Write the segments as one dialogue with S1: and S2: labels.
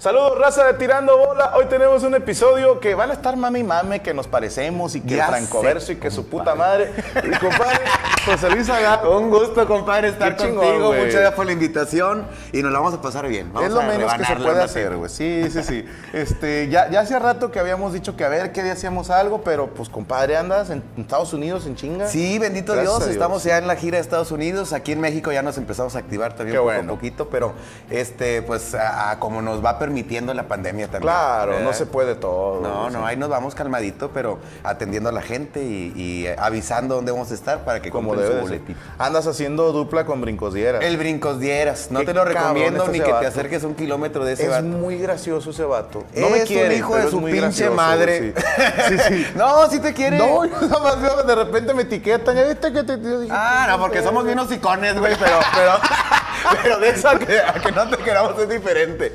S1: Saludos, raza de Tirando Bola. Hoy tenemos un episodio que van a estar mami y mame, que nos parecemos y que
S2: Ya
S1: francoverso
S2: sé,
S1: y que su puta madre. Y compadre, José Luis Agar.
S2: Un gusto, compadre, estar
S1: Qué chingón,
S2: contigo.
S1: güey.
S2: Muchas gracias por la invitación y nos la vamos a pasar bien. Vamos
S1: es lo
S2: a
S1: menos que se
S2: rebanar la
S1: puede
S2: onda
S1: hacer,
S2: peda.
S1: güey. Sí, sí, sí. Este, ya, ya hacía rato que habíamos dicho que a ver qué día hacíamos algo, pero pues compadre, andas en Estados Unidos en chinga.
S2: Sí, bendito
S1: Gracias
S2: Dios,
S1: a
S2: estamos ya en la gira de Estados Unidos. Aquí en México ya nos empezamos a activar también
S1: Qué
S2: poco
S1: bueno.
S2: a poquito, pero este, pues a- a como nos va permitiendo la pandemia también.
S1: Claro, no
S2: ¿verdad?
S1: se puede todo.
S2: No,
S1: güey, sí.
S2: no, ahí nos vamos calmadito, pero atendiendo a la gente y, y, eh, avisando dónde vamos a estar para que
S1: Como
S2: compren
S1: debe
S2: su
S1: de ser.
S2: boletito.
S1: Andas haciendo dupla con brincos dieras.
S2: El brincos dieras, no
S1: Qué
S2: te lo
S1: cabrón
S2: recomiendo
S1: está
S2: ni
S1: ese
S2: que te
S1: vato.
S2: acerques un kilómetro de ese
S1: es
S2: vato.
S1: muy gracioso ese vato.
S2: Es un hijo de
S1: pero es
S2: su
S1: muy
S2: pinche
S1: gracioso,
S2: madre.
S1: güey, Sí, sí. sí.
S2: No, si te quiere.
S1: No, yo nada más veo, de repente me etiquetan. ¿Ya viste que te.? yo dije, "Pues,
S2: Ah, no, porque somos bien hocicones, güey, pero, pero, pero de eso a que, a que no te queramos es diferente.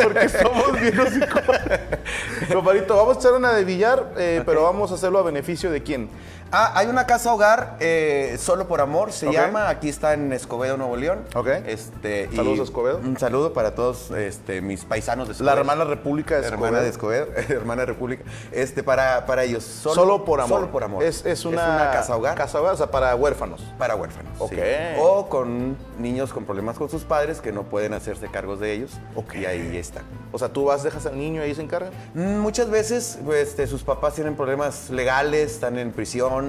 S1: Porque somos bien hocicones. Compadrito, vamos a echar una de billar, eh, pero vamos a hacerlo a beneficio de quién.
S2: Ah, hay una casa hogar, eh, Solo por Amor se
S1: Ok.
S2: llama, aquí está en Escobedo, Nuevo León.
S1: Ok.
S2: Este, y-
S1: Saludos a Escobedo.
S2: Un saludo para todos este, mis paisanos de
S1: La
S2: Escobedo.
S1: hermana república de
S2: Hermana de Escobedo, hermana de República. Este, para, para ellos, solo,
S1: Solo por amor.
S2: Solo por amor.
S1: Es, es una,
S2: casa hogar
S1: Casa hogar, o sea, para huérfanos.
S2: para huérfanos.
S1: Ok.
S2: O con niños con problemas con sus padres que no pueden hacerse cargos de ellos.
S1: Ok.
S2: Y ahí está.
S1: O sea, tú vas, dejas al niño y ahí se encarga.
S2: Mm, Muchas veces pues, este, sus papás tienen problemas legales, están en prisión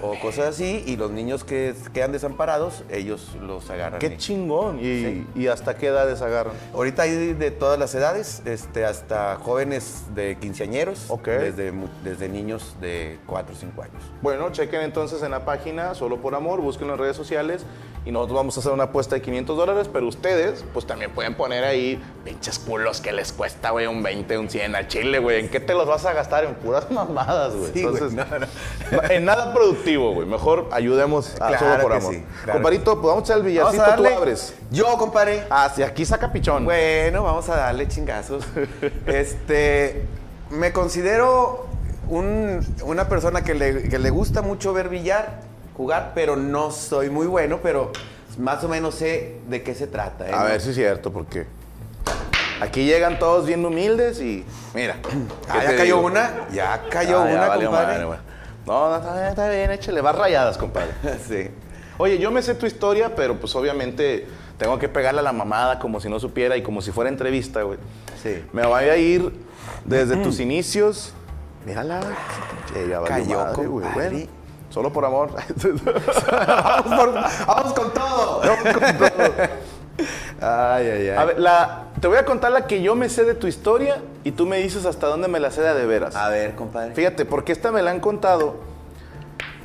S2: o cosas así, y los niños que quedan desamparados, ellos los agarran.
S1: Qué
S2: y-
S1: chingón. Y,
S2: Sí.
S1: y hasta qué edades agarran.
S2: Ahorita hay de todas las edades, este, hasta jóvenes de quinceañeros,
S1: Ok.
S2: desde, mu- desde niños de 4 o 5 años.
S1: Bueno, chequen entonces en la página Solo por Amor, busquen las redes sociales y nosotros vamos a hacer una apuesta de 500 dólares, pero ustedes pues también pueden poner ahí pinches culos que les cuesta, güey, un 20, un 100 al chile, güey. ¿En qué te los vas a gastar? En puras mamadas, güey.
S2: Sí, güey, no,
S1: en nada productivo, güey. Mejor ayudemos a
S2: Claro
S1: Solo por
S2: que
S1: Amor.
S2: sí, claro
S1: Comparito, pues vamos a echar el
S2: Vamos a
S1: billarcito, tú
S2: darle-
S1: abres.
S2: Yo, compadre.
S1: Hacia aquí saca pichón.
S2: Bueno, vamos a darle chingazos. Este, me considero un- una persona que le, que le gusta mucho ver billar, jugar, pero no soy muy bueno, pero más o menos sé de qué se trata. ¿eh?
S1: A ver si es cierto, porque aquí llegan todos bien humildes y mira.
S2: Ah,
S1: ¿qué
S2: ya
S1: te
S2: cayó
S1: digo?
S2: una. Ya cayó
S1: Ah, ya
S2: una,
S1: valió
S2: compadre.
S1: madre, güey. no, no, está bien, está bien, échale, vas rayadas, compadre.
S2: sí.
S1: Oye, yo me sé tu historia, pero pues obviamente tengo que pegarle a la mamada como si no supiera y como si fuera entrevista, güey.
S2: Sí.
S1: Me voy a ir desde tus inicios. Mm. Mírala, güey. Eh, ya valió
S2: Cayó,
S1: madre, güey.
S2: compadre.
S1: Bueno, solo por amor.
S2: Vamos, por- vamos con todo. Ay, ay, ay.
S1: a ver, la, te voy a contar la que yo me sé de tu historia y tú me dices hasta dónde me la sé de, de veras.
S2: A ver, compadre.
S1: Fíjate, porque esta me la han contado.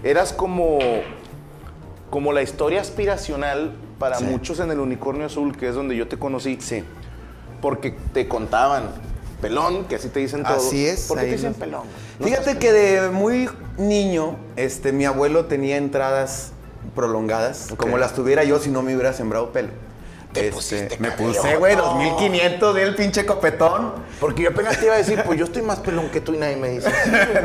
S1: Eras como, como la historia aspiracional para
S2: Sí.
S1: muchos en el Unicornio Azul, que es donde yo te conocí.
S2: Sí.
S1: Porque te contaban pelón, que así te dicen todos.
S2: Así es.
S1: ¿Por qué
S2: ahí
S1: te dicen
S2: nos-
S1: pelón?
S2: Fíjate que de muy niño, este, mi abuelo tenía entradas prolongadas, como las tuviera yo si no me hubiera sembrado pelo.
S1: Te
S2: Este,
S1: pusiste
S2: me
S1: cabello.
S2: puse, güey,
S1: No.
S2: 2500 del pinche copetón.
S1: Porque yo apenas te iba a decir, pues yo estoy más pelón que tú y nadie me dice.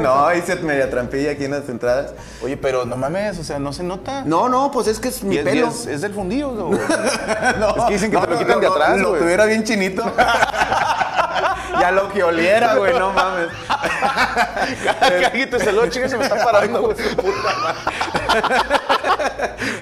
S2: no, hice media trampilla aquí en las entradas.
S1: Oye, pero no mames, o sea, no se nota.
S2: No, no, pues es que es mi
S1: Y es,
S2: pelo.
S1: y es- es del fundido, ¿no?
S2: No,
S1: es que dicen que te lo quitan de atrás,
S2: Lo
S1: güey.
S2: tuviera bien chinito. ya lo que oliera, güey, no mames.
S1: Cállate, se lo chingue, se me está parando, güey. su puta madre.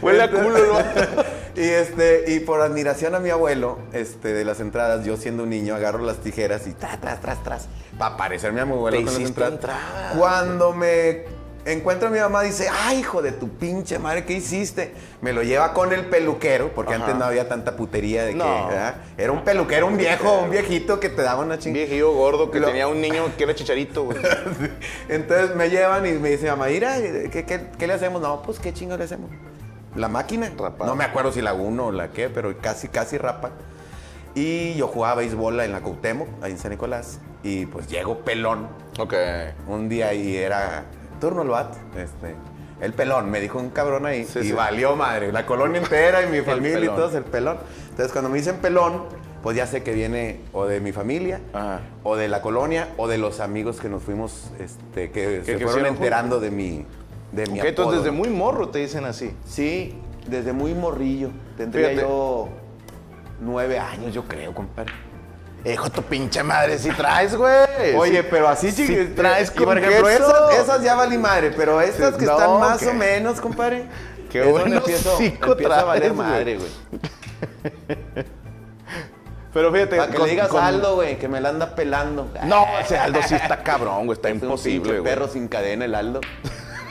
S1: Huele a culo, el vato.
S2: Y este, y por admiración a mi abuelo, este, de las entradas, yo siendo un niño, agarro las tijeras y tras, tras, tras, tras. Para parecerme a mi abuelo
S1: Te
S2: con las
S1: hiciste
S2: entradas.
S1: entradas,
S2: Cuando me encuentro a mi mamá, dice, ay, hijo de tu pinche madre, ¿qué hiciste? Me lo lleva con el peluquero, porque
S1: Ajá.
S2: antes no había tanta putería de que.
S1: No.
S2: ¿verdad? Era un peluquero, un viejo, un viejito que te daba una
S1: Un
S2: chingada.
S1: viejillo gordo que
S2: Lo-
S1: tenía un niño que era chicharito, güey.
S2: Entonces me llevan y me dice, mamá, mira, ¿qué, qué, qué le hacemos? No, pues qué chingo le hacemos. La máquina.
S1: Rapada.
S2: No me acuerdo si la uno o la qué, pero casi, casi rapa. Y yo jugaba béisbol en la Cuauhtémoc, ahí en San Nicolás. Y pues llego pelón
S1: Ok.
S2: un día y era turno el bat. Este, el pelón, me dijo un cabrón ahí.
S1: Sí,
S2: y
S1: sí.
S2: valió madre. La colonia entera y mi familia y
S1: pelón.
S2: todos el pelón. Entonces cuando me dicen pelón, pues ya sé que viene o de mi familia,
S1: Ajá.
S2: o de la colonia, o de los amigos que nos fuimos, este, que se
S1: crecieron
S2: fueron enterando de mi, de mi
S1: Ok, entonces
S2: apodo.
S1: desde muy morro te dicen así.
S2: Sí, desde muy morrillo. Tendría
S1: Fíjate.
S2: yo nueve años, yo creo, compadre.
S1: Hijo, tu pinche madre, si traes, güey.
S2: Oye,
S1: Eh, Sí.
S2: pero así
S1: Sí, eh,
S2: chiquis,
S1: traes
S2: y por
S1: con
S2: ejemplo,
S1: queso.
S2: Esas, esas ya valí madre, pero estas
S1: Sí,
S2: que
S1: no,
S2: están más
S1: que-
S2: o menos, compadre.
S1: Qué
S2: es donde
S1: buen
S2: empiezo,
S1: hocico
S2: empiezo a
S1: traes,
S2: valer
S1: güey.
S2: madre, güey.
S1: Pero fíjate.
S2: Para que
S1: con-
S2: le digas
S1: con-
S2: Aldo, güey, que me la anda pelando.
S1: No, ese Aldo sí está cabrón, güey. Está
S2: Es un pinche
S1: imposible, güey.
S2: perro sin cadena el Aldo.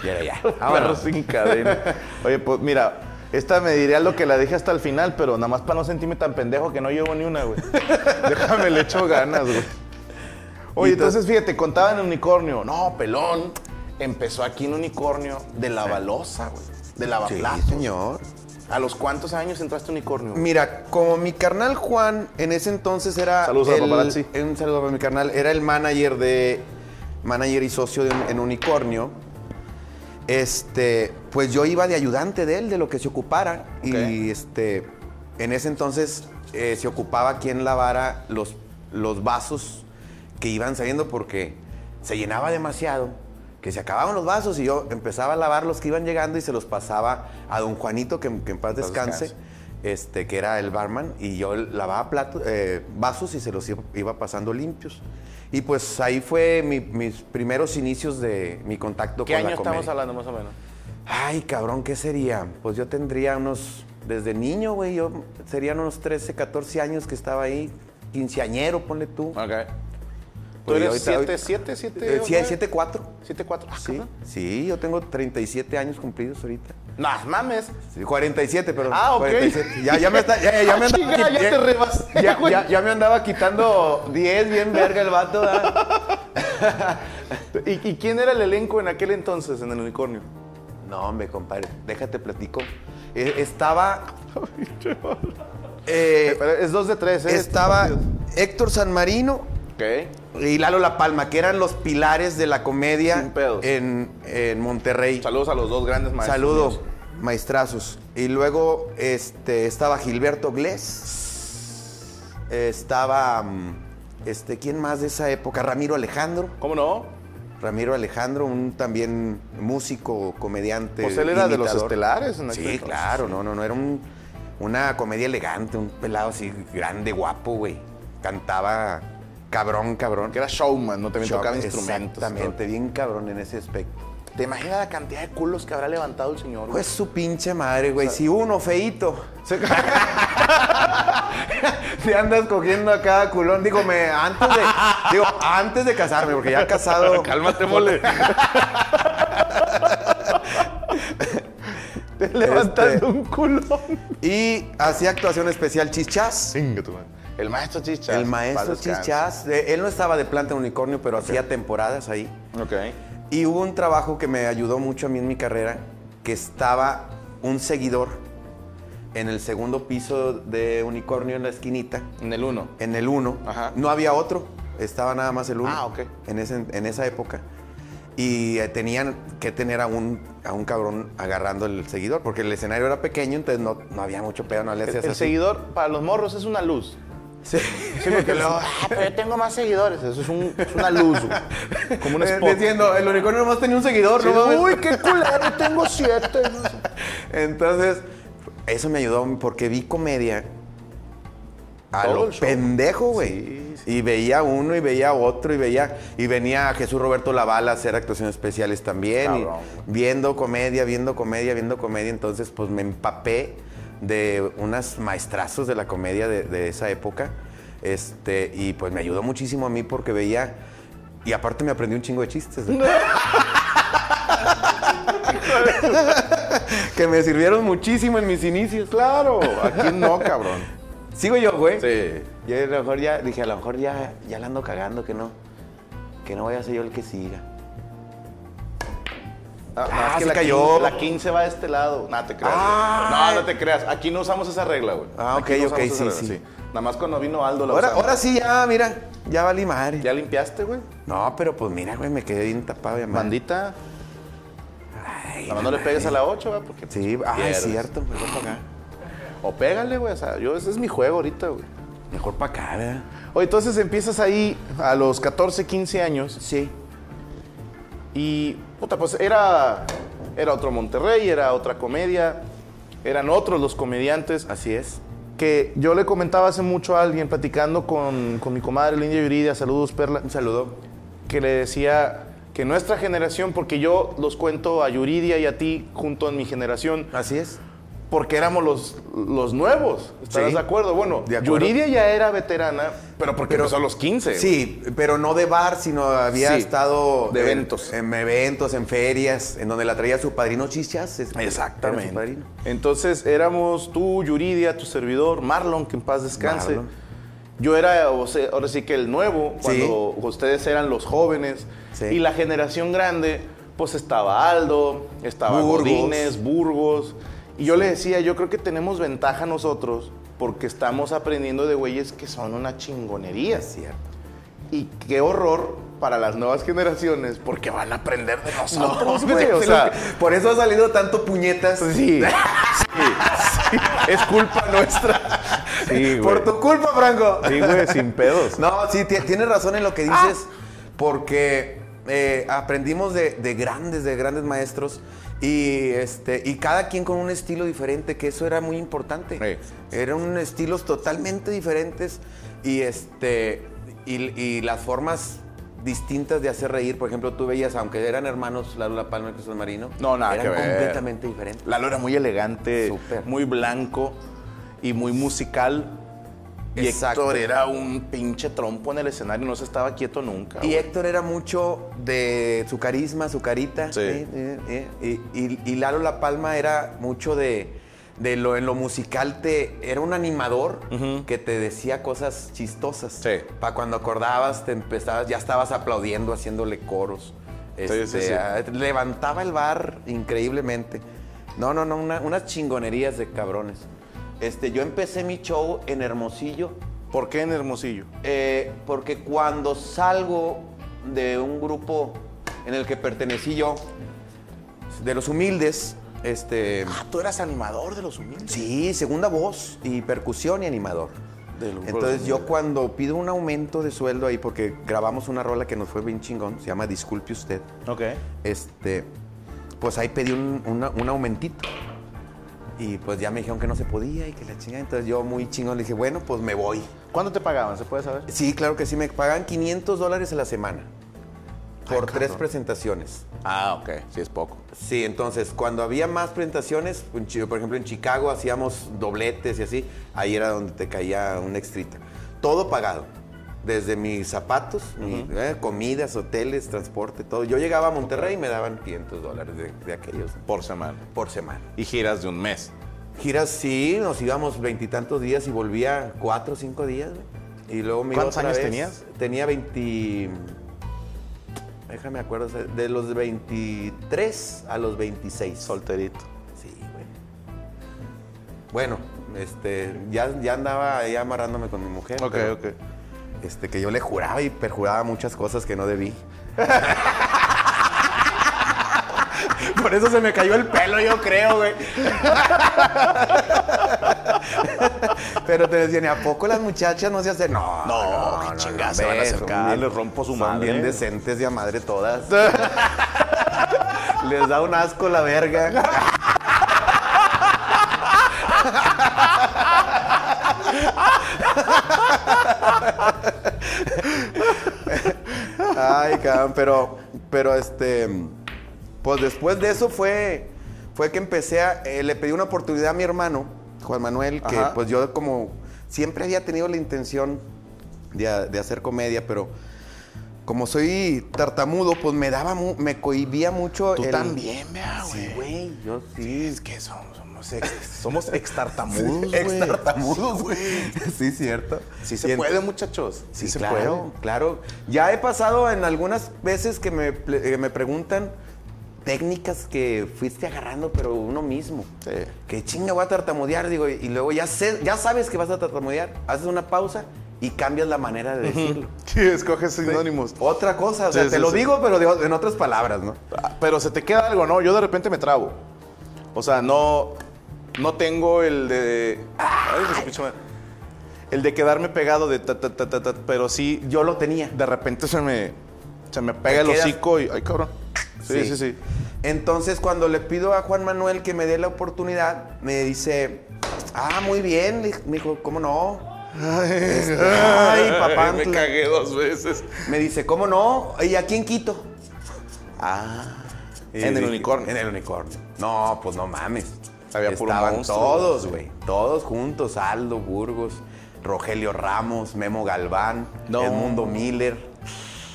S2: Y era ya.
S1: Perro
S2: vámonos.
S1: sin cadena. Oye, pues mira, esta me diría lo que la dejé hasta el final, pero nada más para no sentirme tan pendejo que no llevo ni una, güey. Déjame le echo ganas, güey. Oye,
S2: Y tú-
S1: entonces fíjate, contaba en unicornio. No, pelón. Empezó aquí en unicornio de la balosa, güey. De la
S2: Sí,
S1: balosa.
S2: señor.
S1: ¿A los cuántos años entraste a unicornio? güey?
S2: Mira, como mi carnal Juan en ese entonces era.
S1: Saludos al
S2: el-
S1: paparazzi.
S2: Un saludo para mi carnal. Era el manager de. Manager y socio de un- en Unicornio. Este. Pues yo iba de ayudante de él, de lo que se ocupara.
S1: Ok.
S2: Y este. En ese entonces eh, se ocupaba quien lavara los, los vasos que iban saliendo porque se llenaba demasiado. Que se acababan los vasos y yo empezaba a lavar los que iban llegando y se los pasaba a don Juanito, que, que en paz
S1: Paz
S2: descanse
S1: descanse.
S2: este, que era el barman, y yo lavaba platos, eh, vasos y se los iba, iba pasando limpios. Y pues ahí fue mi- mis primeros inicios de mi contacto
S1: ¿Qué
S2: con
S1: año
S2: la
S1: estamos
S2: comedia.
S1: hablando más o menos?
S2: Ay, cabrón, ¿qué sería? Pues yo tendría unos, desde niño, güey, yo serían unos 13, 14 años que estaba ahí, quinceañero, ponle tú.
S1: Ok. ¿Tú
S2: Pues, y
S1: eres
S2: ahorita-
S1: 7, 7,
S2: ahorita-
S1: 7?
S2: Eh, sí, 7-4.
S1: 7, 4.
S2: Sí, sí, yo tengo 37 años cumplidos ahorita.
S1: No, mames.
S2: Sí, 47, perdón.
S1: Ah, ok.
S2: 47. Ya, ya me está, ya, ya
S1: Ah,
S2: me andaba
S1: chinga,
S2: quit-
S1: ya te rebasé,
S2: ya,
S1: güey.
S2: ya- ya me andaba quitando 10, bien verga el vato. ¿verdad?
S1: ¿Y, y quién era el elenco en aquel entonces en el unicornio?
S2: No, hombre, compadre, déjate platico. Eh, Estaba. eh,
S1: Pero es 2 de 3, ¿eh?
S2: estaba Héctor San Marino
S1: Ok.
S2: y Lalo La Palma, que eran los pilares de la
S1: Sin
S2: comedia
S1: pedos.
S2: en, en Monterrey.
S1: Saludos a los dos grandes maestros.
S2: Saludos,
S1: míos.
S2: maestrazos. Y luego este, estaba Gilberto Glés. Estaba. mm, Este, ¿Quién más de esa época? Ramiro Alejandro.
S1: ¿Cómo no?
S2: Ramiro Alejandro, un también músico, comediante.
S1: Pues él era de los
S2: imitador.
S1: estelares en aquel
S2: Sí,
S1: entonces.
S2: claro, no, no, no. Era un- una comedia elegante, un pelado así grande, guapo, güey. Cantaba cabrón, cabrón.
S1: Que era showman, no te
S2: Shock,
S1: tocaba instrumentos.
S2: Exactamente, bien cabrón en ese aspecto.
S1: todo. ¿Te imaginas la cantidad de culos que habrá levantado el señor? güey?
S2: Pues su pinche madre, güey. Si uno feito se te andas cogiendo a cada culón, digo, me, antes de, digo, antes de casarme, porque ya casado.
S1: Cálmate, mole. te levantas
S2: Este-
S1: un culón.
S2: Y hacía actuación especial Chichás.
S1: Chinga tu madre. El maestro Chichas.
S2: El maestro
S1: Paz descanse.
S2: Chichás. eh, Él no estaba de planta unicornio, pero hacía temporadas ahí.
S1: Ok.
S2: Y hubo un trabajo que me ayudó mucho a mí en mi carrera, que estaba un seguidor en el segundo piso de Unicornio en la esquinita.
S1: En el 1.
S2: en el 1.
S1: Ajá.
S2: No había otro, estaba nada más el 1.
S1: Ah, ok.
S2: En, ese- en esa época. Y eh, tenían que tener a un, a un cabrón agarrando el seguidor, porque el escenario era pequeño, entonces no, no había mucho pedo, no le
S1: El,
S2: hacías
S1: el
S2: así.
S1: seguidor para los morros es una luz.
S2: Sí.
S1: Sí, porque luego, ah, pero yo tengo más seguidores. Eso es, un- es una luz, güey. Como un
S2: Eh,
S1: spot.
S2: Diciendo, el unicornio nomás tenía un seguidor,
S1: Sí,
S2: ¿no? mames".
S1: Uy, qué culero, tengo siete. no sé.
S2: Entonces, eso me ayudó porque vi comedia a
S1: Todo
S2: lo
S1: el show.
S2: pendejo, güey.
S1: Sí,
S2: Y veía uno y veía otro y veía. Y venía Jesús Roberto Lavala a hacer actuaciones especiales también. y
S1: Cabrón, güey.
S2: viendo comedia, viendo comedia, viendo comedia. Entonces, pues me empapé de unas maestrazos de la comedia de, de esa época. Este, y pues me ayudó muchísimo a mí porque veía. Y aparte me aprendí un chingo de chistes. güey. que me sirvieron muchísimo en mis inicios.
S1: Claro, aquí no, cabrón.
S2: Sigo yo, güey.
S1: Sí.
S2: Yo a lo mejor ya dije, a lo mejor ya, ya la ando cagando, que no. Que no vaya a ser yo el que siga.
S1: Ah,
S2: Ah,
S1: es que
S2: se
S1: la
S2: cayó.
S1: 15 la 15 va de este lado. No, te creas. güey.
S2: Ah.
S1: No, no te creas. Aquí no usamos esa regla, güey.
S2: Ah, ok,
S1: Aquí no
S2: ok,
S1: usamos esa
S2: sí,
S1: regla,
S2: sí.
S1: Nada más cuando vino Aldo la
S2: Ahora,
S1: usamos.
S2: ahora sí, ya, mira. Ya valí madre.
S1: ¿Ya limpiaste, güey?
S2: No, pero pues mira, güey, me quedé bien tapado ya, madre.
S1: Bandita.
S2: Ay,
S1: Nada más no le pegues a la 8, güey, porque
S2: Sí, ah, es
S1: pierdes.
S2: cierto. Mejor para acá.
S1: O pégale, güey. O sea, yo, ese es mi juego ahorita, güey.
S2: Mejor para acá, ¿verdad?
S1: Oye, entonces empiezas ahí a los 14, 15 años.
S2: Sí.
S1: Y, puta, pues era, era otro Monterrey, era otra comedia, eran otros los comediantes.
S2: Así es.
S1: que yo le comentaba hace mucho a alguien, platicando con, con mi comadre Lindia Yuridia, saludos Perla. Un saludo. Que le decía que nuestra generación, porque yo los cuento a Yuridia y a ti junto en mi generación,
S2: Así es.
S1: porque éramos los, los nuevos. ¿Estarás
S2: Sí.
S1: de acuerdo? Bueno,
S2: De acuerdo.
S1: Yuridia ya era veterana, pero porque
S2: Pero-
S1: empezó a los 15.
S2: Sí, pero no de bar, sino había
S1: Sí,
S2: estado
S1: de
S2: en-
S1: eventos.
S2: En, eventos, en ferias, en donde la traía su padrino Chichas. es- era su
S1: Exactamente.
S2: padrino.
S1: Entonces éramos tú, Yuridia, tu servidor, Marlon, que en paz descanse.
S2: Marlon.
S1: Yo era, o sea, ahora sí que el nuevo, cuando ustedes eran los jóvenes.
S2: Sí.
S1: Y la generación grande, pues estaba Aldo, estaba
S2: Burgos.
S1: Godínez, Burgos. Y yo le decía, yo creo que tenemos ventaja nosotros porque estamos aprendiendo de güeyes que son una chingonería.
S2: Es cierto.
S1: Y qué horror para las nuevas generaciones porque van a aprender de nosotros,
S2: No,
S1: güey.
S2: güey,
S1: o
S2: se
S1: sea,
S2: lo- por eso ha salido tanto puñetas.
S1: Sí. Sí, sí. Es culpa nuestra. Sí,
S2: Por tu culpa, Franco.
S1: Sí, güey, sin pedos.
S2: No, sí, ti- tienes razón en lo que dices, porque eh, aprendimos de, de grandes, de grandes maestros, y, este, y cada quien con un estilo diferente, que eso era muy importante. Eran estilos totalmente diferentes y, este, y, y las formas distintas de hacer reír. Por ejemplo, tú veías, aunque eran hermanos, Lalo La Palma y Cruz Marino,
S1: No, nada
S2: eran
S1: que ver.
S2: completamente diferentes.
S1: Lalo era muy elegante,
S2: Súper.
S1: muy blanco y muy musical. Y
S2: Exacto.
S1: Héctor era un pinche trompo en el escenario, no se estaba quieto nunca.
S2: Y
S1: güey.
S2: Héctor era mucho de su carisma, su carita.
S1: Sí.
S2: eh, eh, eh, y- y, y Lalo La Palma era mucho de, de lo en lo musical. Te, era un animador
S1: Ujú.
S2: que te decía cosas chistosas.
S1: Sí.
S2: Para cuando acordabas, te empezabas, ya estabas aplaudiendo, haciéndole coros. Este,
S1: sí, sí.
S2: ah, Levantaba el bar increíblemente. No, no, no, una- unas chingonerías de cabrones. Este, yo empecé mi show en Hermosillo.
S1: ¿Por qué en Hermosillo?
S2: Eh, porque cuando salgo de un grupo en el que pertenecí yo, de los humildes, este.
S1: Ah, tú eras animador de los humildes.
S2: Sí, segunda voz y percusión y animador.
S1: De los
S2: Entonces yo cuando pido un aumento de sueldo ahí, porque grabamos una rola que nos fue bien chingón, se llama Disculpe usted,
S1: Ok.
S2: este, pues ahí pedí un, una- un aumentito. Y pues ya me dijeron que no se podía y que la chingada. Entonces yo muy chingón le dije, bueno, pues me voy.
S1: ¿Cuánto te pagaban? ¿Se puede saber?
S2: Sí, claro que sí, me pagan 500 dólares a la semana por tres presentaciones.
S1: Ah, ok. Sí, es poco.
S2: Sí, entonces cuando había más presentaciones, en Chi- por ejemplo en Chicago hacíamos dobletes y así, ahí era donde te caía una extrita. Todo pagado, desde mis zapatos, mi- eh, comidas, hoteles, transporte, todo. Yo llegaba a Monterrey y me daban 500 dólares de, de aquellos
S1: Por semana.
S2: por semana.
S1: Y giras de un mes.
S2: Giras sí, nos íbamos veintitantos días y volvía cuatro o cinco días. güey. Y luego me iba
S1: ¿Cuántos
S2: otra
S1: años
S2: vez.
S1: tenías?
S2: Tenía 20... Déjame acuerdo, de los 23 a los 26.
S1: Solterito.
S2: Sí, güey. Bueno, este, ya, ya andaba ahí amarrándome con mi mujer.
S1: Ok,
S2: pero,
S1: ok.
S2: Este, que yo le juraba y perjuraba muchas cosas que no debí. Por eso se me cayó el pelo, yo creo, güey. Pero te decían, ¿y a poco las muchachas no se hacen? No,
S1: No, qué chingadas se van a
S2: hombre,
S1: acercar,
S2: son bien-
S1: les rompo su
S2: son
S1: madre.
S2: bien decentes de a madre todas. les da un asco la verga. Ay, cabrón, pero, pero este, pues después de eso fue, fue que empecé a, eh, le pedí una oportunidad a mi hermano, Juan Manuel, que
S1: Ajá.
S2: pues yo como siempre había tenido la intención de, a- de hacer comedia, pero como soy tartamudo, pues me daba, mu- me cohibía mucho.
S1: Tú
S2: el-
S1: también, vea, güey.
S2: Sí, güey, yo sí.
S1: Es que somos, somos, ex, somos extartamudos, güey.
S2: Ex tartamudo, güey. Sí, cierto.
S1: Sí
S2: Y
S1: se
S2: en-
S1: puede, muchachos. Sí, se
S2: claro, Claro, ya he pasado en algunas veces que me, ple- eh, me preguntan técnicas que fuiste agarrando, pero uno mismo.
S1: Sí.
S2: Que chinga voy a tartamudear, digo, y luego ya, sé- ya sabes que vas a tartamudear, haces una pausa y cambias la manera de decirlo.
S1: puede. Sí, escoges sinónimos.
S2: Otra cosa, o
S1: Sí,
S2: sea, te
S1: sí,
S2: lo
S1: sí.
S2: digo, pero de- en otras palabras, ¿no?
S1: Ah, Pero se te queda algo, ¿no? Yo de repente me trabo. O sea, no, no tengo el de... Ay, pues, pinche madre. el de quedarme pegado de ta, ta, ta, ta, ta, pero sí, yo
S2: Yo lo tenía.
S1: de repente se me, se me pega
S2: Te
S1: el
S2: quedas-
S1: hocico y... Ay, cabrón. Sí, sí, sí.
S2: Entonces, cuando le pido a Juan Manuel que me dé la oportunidad, me dice, Ah, muy bien, mi- mijo, ¿cómo no?
S1: Este, Ay,
S2: Ay, papá.
S1: Me cagué dos veces.
S2: Me dice, ¿cómo no? ¿Y aquí en Quito? Ah.
S1: En el unicornio.
S2: En el unicornio. No, pues no mames.
S1: Había puro
S2: Estaban
S1: monstruo,
S2: todos, güey. Todos juntos. Aldo Burgos, Rogelio Ramos, Memo Galván,
S1: No.
S2: Edmundo Miller.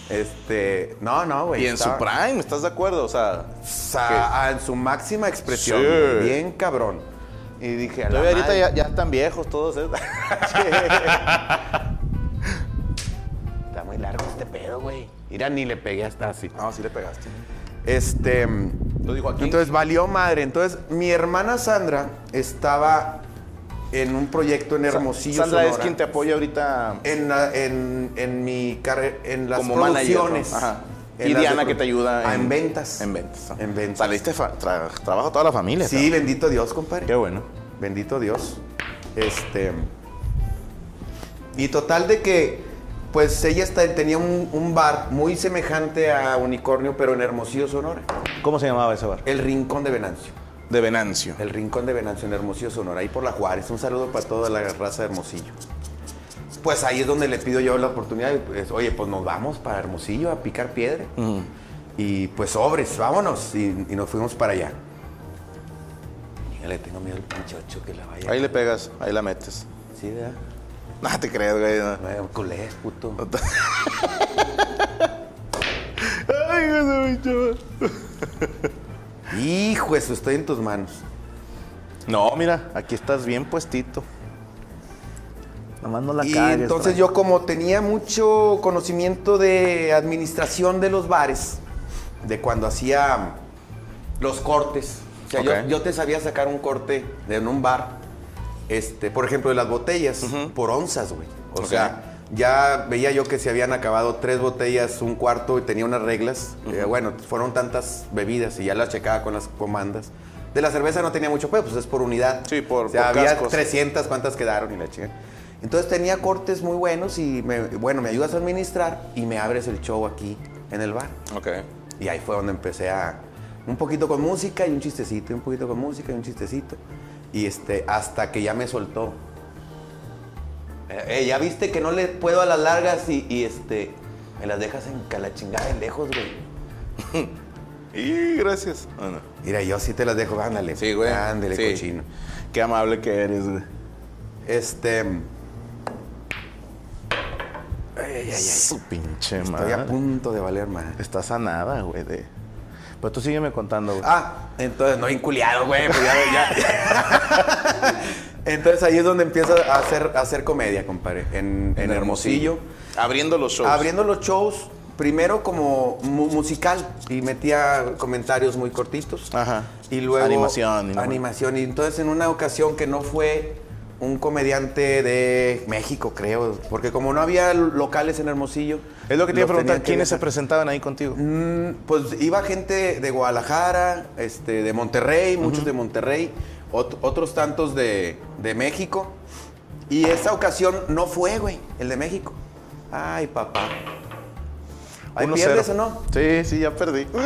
S2: Este. No, no, güey.
S1: Y en su
S2: estaba-
S1: prime, ¿estás de acuerdo? O sea,
S2: sa- ah, en su máxima expresión.
S1: Sí.
S2: güey, Bien cabrón. Y dije, a la
S1: todavía ahorita
S2: madre.
S1: ya, ya están viejos todos. ¿eh?
S2: Está muy largo este pedo, güey. Mira, ni le pegué hasta así.
S1: No, sí le pegaste.
S2: Este.
S1: Lo dijo aquí.
S2: Entonces valió madre. Entonces mi hermana Sandra estaba en un proyecto en Hermosillo.
S1: Sandra es
S2: Sonora.
S1: quien te apoya ahorita
S2: en, la- en, en mi carrera, en las
S1: como manager. ¿no?
S2: producciones.
S1: Ajá.
S2: En
S1: Y
S2: las de
S1: Diana
S2: produ-
S1: que te ayuda
S2: Ah, en, ventas.
S1: En ventas. ¿no?
S2: En ventas.
S1: Saliste fa- tra- trabajo a toda la familia.
S2: Sí, bendito Dios,
S1: cabrón.
S2: compadre.
S1: Qué bueno.
S2: Bendito Dios. Este. Y total de que, pues ella está- tenía un, un bar muy semejante a Unicornio, pero en Hermosillo, Sonora.
S1: ¿Cómo se llamaba ese bar?
S2: El Rincón de Venancio.
S1: De Venancio.
S2: El Rincón de Venancio en Hermosillo, Sonora, ahí por la Juárez. Un saludo para toda la raza de Hermosillo. Pues ahí es donde le pido yo la oportunidad. y, pues, Oye, pues nos vamos para Hermosillo a picar piedra. Y pues sobres, vámonos. Y, y nos fuimos para allá. Ya le tengo miedo al pinche ocho que la vaya.
S1: Ahí le pegas, ahí la metes.
S2: Sí, ¿verdad?
S1: No te creas, güey. no.
S2: Vaya, culés, puto.
S1: Ay, güey, chaval.
S2: Hijo, eso estoy en tus manos.
S1: No, mira, aquí estás bien puestito. Nomás no la
S2: y entonces yo como tenía mucho conocimiento de administración de los bares, de cuando hacía los cortes, o sea, yo-
S1: Ok.
S2: yo, te sabía sacar un corte de- en un bar, este, por ejemplo, de las botellas, por onzas, güey. O
S1: Ok.
S2: sea, ya veía yo que se habían acabado tres botellas, un cuarto, y tenía unas reglas. Eh, bueno, fueron tantas bebidas y ya las checaba con las comandas. De la cerveza no tenía mucho pedo, pues es por unidad.
S1: Sí, por-
S2: O sea,
S1: por
S2: había
S1: cascos.
S2: 300 cuántas quedaron y la chica. Entonces tenía cortes muy buenos y me, bueno, me ayudas a administrar y me abres el show aquí en el bar.
S1: Ok.
S2: Y ahí fue donde empecé a un poquito con música y un chistecito, y un poquito con música y un chistecito. Y este, hasta que ya me soltó. Eh, eh, ya viste que no le puedo a las largas y, y, este, me las dejas en calachingada de lejos, güey.
S1: Y gracias. Ah, no.
S2: Mira, yo sí te las dejo, ándale.
S1: Sí, güey.
S2: Ándale,
S1: Sí.
S2: cochino.
S1: Qué amable que eres, güey.
S2: Este. Ay, ay, ay, ay.
S1: Su pinche
S2: Estoy a
S1: madre.
S2: punto de valer madre.
S1: Estás a nada, güey. De... Pero tú sígueme contando, güey.
S2: Ah, entonces no vinculeado, güey. pues ya- ya. entonces ahí es donde empieza a hacer, a hacer comedia, compadre. En, en Hermosillo.
S1: Abriendo los shows.
S2: Abriendo los shows, primero como mu- musical. Y metía comentarios muy cortitos.
S1: Ajá.
S2: Y luego.
S1: Animación, ¿no?
S2: Animación. Y entonces en una ocasión que no fue un comediante de México, creo. Porque como no había locales en Hermosillo.
S1: Es lo que te iba a
S2: los tenía
S1: preguntar.
S2: que
S1: ¿Quiénes se
S2: viajar.
S1: presentaban ahí contigo?
S2: Mm, Pues iba gente de Guadalajara, este, de Monterrey, muchos de Monterrey, ot- otros tantos de, de México. Y esa ocasión no fue, güey, el de México. Ay, papá. ¿Ahí
S1: 1-0.
S2: pierdes o no?
S1: Sí, sí, ya perdí.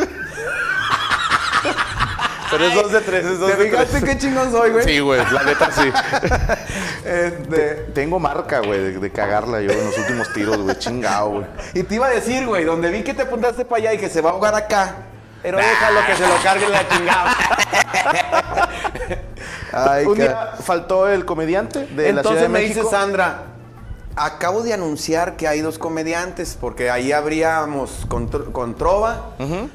S1: Pero es dos de tres, es dos
S2: ¿Te
S1: de tres.
S2: fijaste qué chingón soy, güey?
S1: Sí, güey, la neta sí.
S2: Este,
S1: Tengo marca, güey, de, de cagarla yo en los últimos tiros, güey. Chingado, güey.
S2: y te iba a decir, güey, donde vi que te apuntaste para allá y que se va a ahogar acá. Pero déjalo que se lo cargue la chingada. Ay,
S1: Un
S2: ca-
S1: día faltó el comediante de la Ciudad
S2: Entonces
S1: de
S2: me
S1: México.
S2: dice Sandra, acabo de anunciar que hay dos comediantes, porque ahí habríamos con, Tro- con Trova,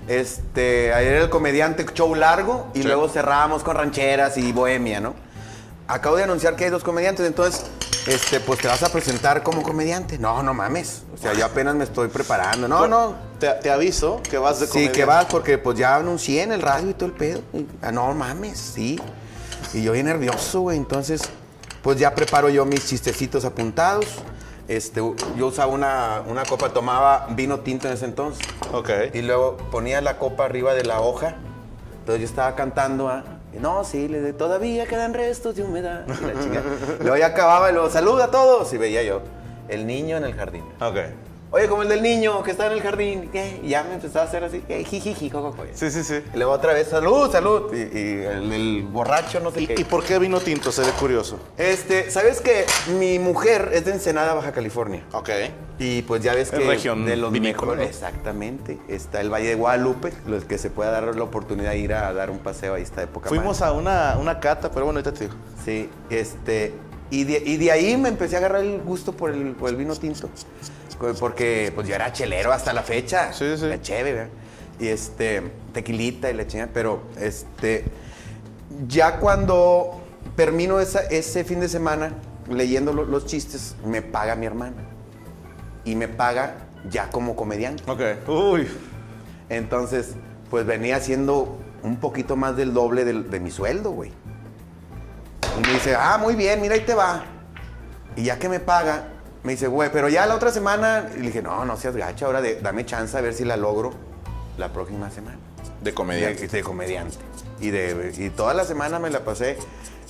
S2: este, ahí era el comediante show largo, y
S1: Sí.
S2: luego cerrábamos con rancheras y bohemia, ¿no? Acabo de anunciar que hay dos comediantes, entonces, este, pues te vas a presentar como comediante. No, no mames. O sea, yo apenas me estoy preparando. No, no.
S1: Te, te aviso que vas de
S2: Sí,
S1: comediante.
S2: que vas, porque pues ya anuncié en el radio y todo el pedo. Y, ah, no mames, sí. Y yo bien nervioso, güey. Entonces, pues ya preparo yo mis chistecitos apuntados. Este, u- yo usaba una, una copa, tomaba vino tinto en ese entonces.
S1: Ok.
S2: Y luego ponía la copa arriba de la hoja. Entonces yo estaba cantando ah, y No, sí, le de- todavía quedan restos de humedad. Y la chingada. luego ya acababa y luego, saluda a todos. Y veía yo, el niño en el jardín.
S1: Ok.
S2: Oye, como el del niño que está en el jardín. ¿qué? Y ya me empezaba a hacer así. eh, jijiji, jojojo.
S1: Sí, sí, sí.
S2: Y luego otra vez, salud, salud. Y, y el, el borracho, no sé qué.
S1: ¿Y, y por qué vino tinto? Seré curioso.
S2: Este, ¿sabes que Mi mujer es de Ensenada, Baja California.
S1: Ok.
S2: Y pues ya ves
S1: Es
S2: que
S1: región
S2: de los
S1: vinícola,
S2: mejores-
S1: ¿no?
S2: exactamente, está el Valle de Guadalupe, los que se pueda dar la oportunidad de ir a dar un paseo ahí está época.
S1: Fuimos a una, una cata, pero bueno, ahorita te digo.
S2: Sí, este, y de, y de ahí me empecé a agarrar el gusto por el, por el vino tinto, Co- porque pues yo era chelero hasta la fecha.
S1: Sí, sí.
S2: Era chévere, ¿verdad? Y este, tequilita y la chingada, pero este, ya cuando termino esa- ese fin de semana leyendo lo- los chistes, me paga mi hermana. Y me paga ya como comediante.
S1: Ok. Uy.
S2: Entonces, pues venía haciendo un poquito más del doble del- de, mi sueldo, güey. Y me dice, ah, muy bien, mira, ahí te va. Y ya que me paga, me dice, güey, pero ya la otra semana, y le dije, no, no seas gacha, ahora de- dame chance a ver si la logro la próxima semana.
S1: De
S2: De, de comediante. Y, de, y toda la semana me la pasé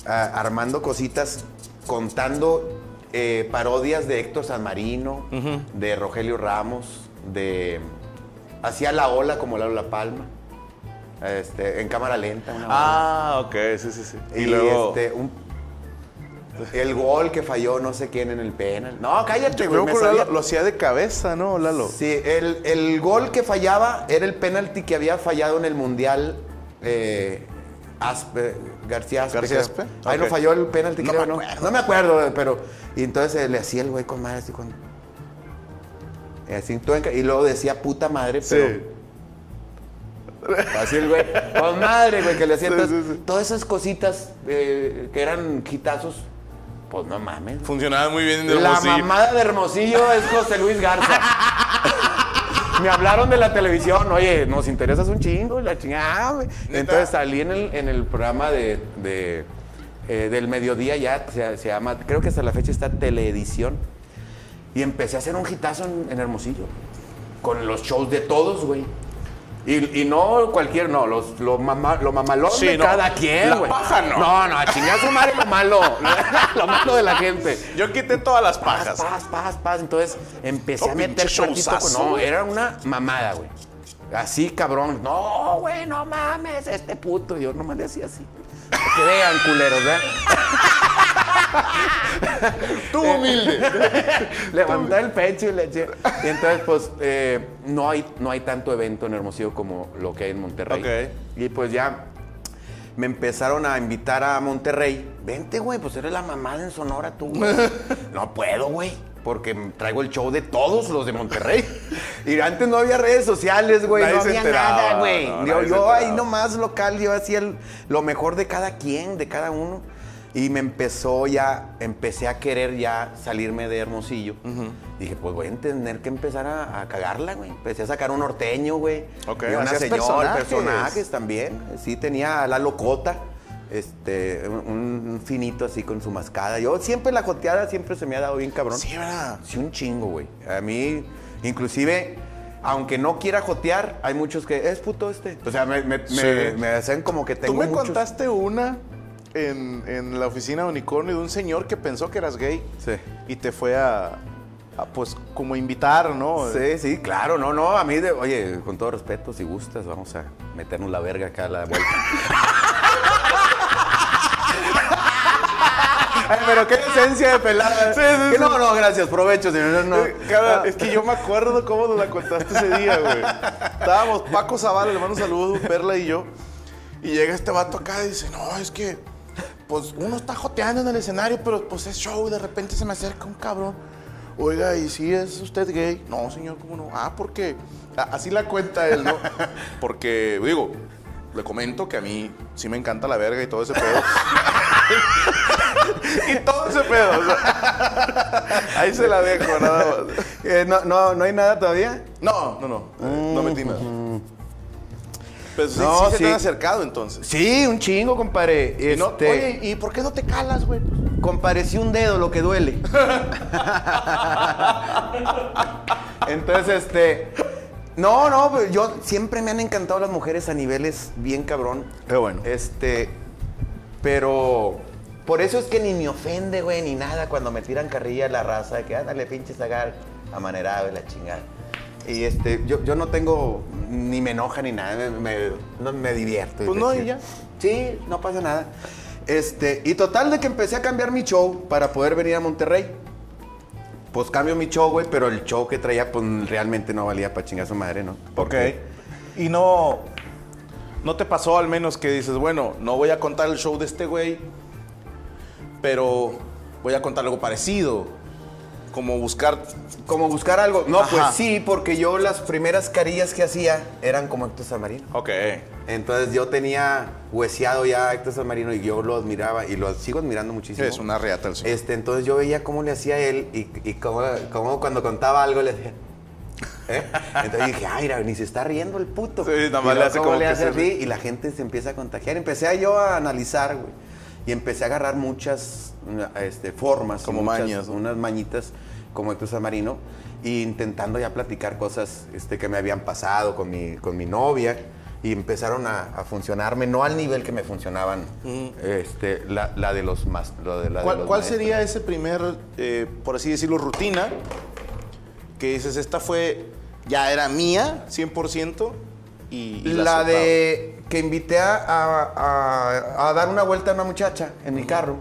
S2: ah, armando cositas, contando eh, parodias de Héctor San Marino, de Rogelio Ramos, de. Hacía la ola como la Ola Palma, este, en cámara lenta. una
S1: Ah, ok, sí, sí, sí.
S2: y, este, un- el gol que falló no sé quién en el penal. No, cállate,
S1: Yo
S2: güey.
S1: creo
S2: me
S1: que Lalo
S2: sabía-
S1: lo hacía de cabeza, ¿no, Lalo?
S2: Sí, el, el gol que fallaba era el penalti que había fallado en el Mundial eh, Aspe- García Aspe.
S1: García
S2: creo.
S1: Aspe,
S2: Ahí
S1: ok.
S2: no falló el penalti,
S1: No
S2: creo,
S1: me
S2: ¿no?
S1: acuerdo.
S2: No me acuerdo, pero... Y entonces eh, le hacía el güey con madre así con... y así, tuenca, y luego decía puta madre, pero... Así el güey. Con madre, güey, que le hacía...
S1: Sí,
S2: entonces,
S1: sí, sí.
S2: Todas esas cositas eh, que eran quitazos, pues no mames.
S1: Funcionaba muy bien en el
S2: La
S1: Hermosillo.
S2: mamada de Hermosillo es José Luis Garza. Me hablaron de la televisión, oye, nos interesas un chingo, y la chingada, güey.
S1: ¿Neta?
S2: Entonces salí en el, en el programa de, de, eh, del mediodía ya, se, se llama, creo que hasta la fecha está Teleedición. Y empecé a hacer un hitazo en, en Hermosillo, con los shows de todos, güey. Y, y no cualquier, no, los, lo, mama- lo mamalón
S1: Sí,
S2: de
S1: no.
S2: cada quien,
S1: La
S2: güey.
S1: paja no.
S2: No, no, a chingar a su madre lo malo, lo malo de la gente.
S1: Yo quité todas las
S2: Paz,
S1: pajas.
S2: paz, paz, paz. Entonces empecé
S1: Oh,
S2: a meter
S1: pinche
S2: platito con-
S1: showzazo,
S2: No,
S1: güey.
S2: era una mamada, güey. Así, cabrón. No, güey, no mames, este puto. Yo nomás le hacía así. Para Que vean, culeros, ¿verdad?
S1: Tú humilde.
S2: Levanté el pecho y le eché. Y entonces, pues, eh, no, hay, no hay tanto evento en Hermosillo como lo que hay en Monterrey.
S1: Ok.
S2: Y pues ya me empezaron a invitar a Monterrey. Vente, güey, pues eres la mamada en Sonora tú, güey. no puedo, güey, porque traigo el show de todos los de Monterrey. Y antes no había redes sociales, güey,
S1: Nadie
S2: no
S1: se
S2: había
S1: enteraba,
S2: nada, güey.
S1: no,
S2: yo
S1: nadie se
S2: yo ahí
S1: enteraba.
S2: nomás local, yo hacía el- lo mejor de cada quien, de cada uno. Y me empezó ya, empecé a querer ya salirme de Hermosillo. Dije, pues voy a tener que empezar a, a cagarla, güey. Empecé a sacar un norteño, güey.
S1: Ok,
S2: y una
S1: hacías
S2: señora,
S1: personajes.
S2: personajes también. Sí, tenía a la locota, este, un, un finito así con su mascada. Yo siempre la joteada siempre se me ha dado bien cabrón.
S1: Sí, ¿verdad?
S2: Sí, un chingo, güey. A mí, inclusive, aunque no quiera jotear, hay muchos que es puto este. O sea, me, me-
S1: Sí.
S2: me- me hacen como que tengo
S1: Tú me
S2: muchos-
S1: contaste una en, en la oficina de Unicornio de un señor que pensó que eras gay.
S2: Sí.
S1: Y te fue a, a, pues, como a invitar, ¿no?
S2: Sí, sí, claro, no, no, a mí, de- oye, con todo respeto, si gustas, vamos a meternos la verga acá a la vuelta. Ay, pero qué esencia de pelada.
S1: Sí, sí,
S2: Que
S1: sí.
S2: No, no, gracias, provecho, señor, no.
S1: Eh, cara,
S2: Ah.
S1: es que yo me acuerdo cómo nos la contaste ese día, güey. Estábamos Paco Zavala, le mando un saludo, Perla y yo. Y llega este vato acá y dice, no, es que, pues uno está joteando en el escenario, pero pues es show y de repente se me acerca un cabrón. Oiga, ¿y si es usted gay? No, señor, ¿cómo no? Ah, porque así la cuenta él, ¿no? Porque, digo, le comento que a mí sí me encanta la verga y todo ese pedo. y todo ese pedo. o sea. ahí se la dejo, nada más.
S2: Eh, no, no, no hay nada todavía.
S1: No, no, no. eh, No metí nada. Pero sí,
S2: No,
S1: sí se te
S2: sí.
S1: han acercado entonces.
S2: Sí, un chingo, compadre.
S1: Y no-
S2: Este,
S1: oye, ¿y por qué no te calas, güey?
S2: comparecí un dedo, lo que duele. Entonces, este. No, no, pues, yo siempre me han encantado las mujeres a niveles bien cabrón.
S1: Qué bueno.
S2: Este. Pero. Por eso es que ni me ofende, güey, ni nada cuando me tiran carrilla la raza de que ándale, pinche sagar. amanerado y la chingada. Y este, yo, yo no tengo, ni me enoja ni nada, me, me- no, me divierto.
S1: Pues no, y ya.
S2: Sí, no pasa nada. Este, y total de que empecé a cambiar mi show para poder venir a Monterrey. Pues cambio mi show, güey, pero el show que traía, pues realmente no valía para chingar a su madre, ¿no?
S1: Ok.
S2: Porque-
S1: Y no. No te pasó al menos que dices, bueno, no voy a contar el show de este güey, pero voy a contar algo parecido. Como buscar.
S2: Como buscar algo. No,
S1: Ajá.
S2: pues sí, porque yo las primeras carillas que hacía eran como Héctor San Marino.
S1: Ok.
S2: Entonces yo tenía hueseado ya a Héctor San Marino y yo lo admiraba y lo sigo admirando muchísimo.
S1: Es una reata el señor.
S2: Este, entonces yo veía cómo le hacía él y, y cómo, cómo cuando contaba algo le hacía. ¿eh? Entonces dije, ay, mira, ni se está riendo el puto.
S1: Sí, nada más
S2: Y luego
S1: le hace
S2: cómo
S1: como
S2: le
S1: que
S2: hace
S1: se
S2: así,
S1: ríe.
S2: y la gente se empieza a contagiar. Empecé a yo a analizar, güey. Y empecé a agarrar muchas mm, este, formas.
S1: Como
S2: muchas-
S1: mañas, ¿no?
S2: Unas mañitas como Héctor Samarino. Y e intentando ya platicar cosas este, que me habían pasado con mi, con mi novia. Y empezaron a, a funcionarme, no al nivel que me funcionaban este, la, la de los más. lo de- la de
S1: ¿Cuál,
S2: los
S1: cuál
S2: maestros.
S1: sería ese primer, eh, por así decirlo, rutina que dices, esta fue, ya era mía, 100%? Y, y
S2: la, de que invité a, a- a- a dar una vuelta a una muchacha en mi carro,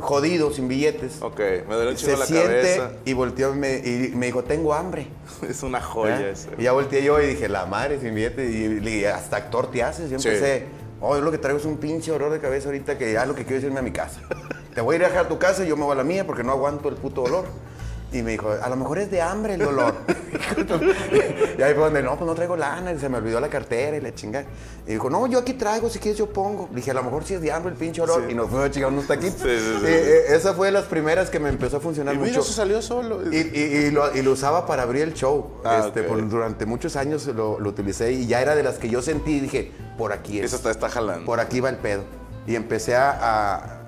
S2: jodido, sin billetes.
S1: soltaba? Ok, me duele un chingo
S2: Se
S1: la
S2: siente
S1: cabeza.
S2: y volteó y me, y me dijo, tengo hambre.
S1: Es una joya
S2: ¿Eh?
S1: ese.
S2: Y ya volteé yo y dije, la madre, sin billetes. Y, le dije, hasta actor te haces. Yo
S1: Sí.
S2: empecé, oh, yo lo que traigo es un pinche dolor de cabeza ahorita que ya lo que quiero es irme a mi casa. te voy a ir a dejar a tu casa y yo me voy a la mía porque no aguanto el puto dolor. Y me dijo, a lo mejor es de hambre el dolor. y ahí fue donde, no, pues no traigo lana, y se me olvidó la cartera y la chingada. Y dijo, no, yo aquí traigo, si quieres yo pongo. Le dije, a lo mejor sí es de hambre el pinche dolor.
S1: Sí.
S2: Y nos fuimos a chingar unos taquitos.
S1: Sí, sí, sí.
S2: Eh, eh, esa fue de las primeras que me empezó a funcionar
S1: Y mira,
S2: mucho.
S1: eso salió solo.
S2: Y, y- y lo, y lo usaba para abrir el show.
S1: Ah,
S2: Este,
S1: ok.
S2: por- durante muchos años lo, lo utilicé y ya era de las que yo sentí y dije, por aquí es.
S1: Esa está, está jalando.
S2: Por aquí va el pedo. Y empecé a, a-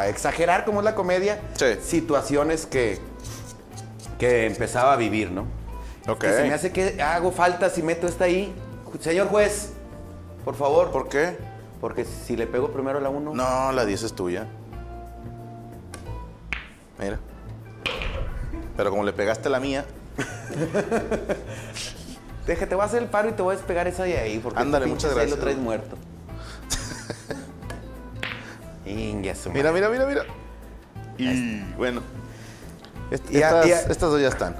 S2: a exagerar como es la comedia,
S1: Sí.
S2: situaciones que, que empezaba a vivir, ¿no?
S1: Ok.
S2: Que se me hace que hago falta si meto esta ahí. Señor juez, por favor.
S1: ¿Por qué?
S2: Porque si le pego primero a la uno.
S1: No, la 10 es tuya. Mira. Pero como le pegaste la mía,
S2: Deja, te voy a hacer el paro y te voy a despegar esa de ahí. Porque
S1: Ándale,
S2: pinche
S1: muchas
S2: seis
S1: gracias.
S2: lo traes muerto. Ingue su
S1: mira,
S2: madre.
S1: mira, mira, mira. Y bueno. Est-
S2: Y a-
S1: estas,
S2: y a-
S1: estas dos ya están.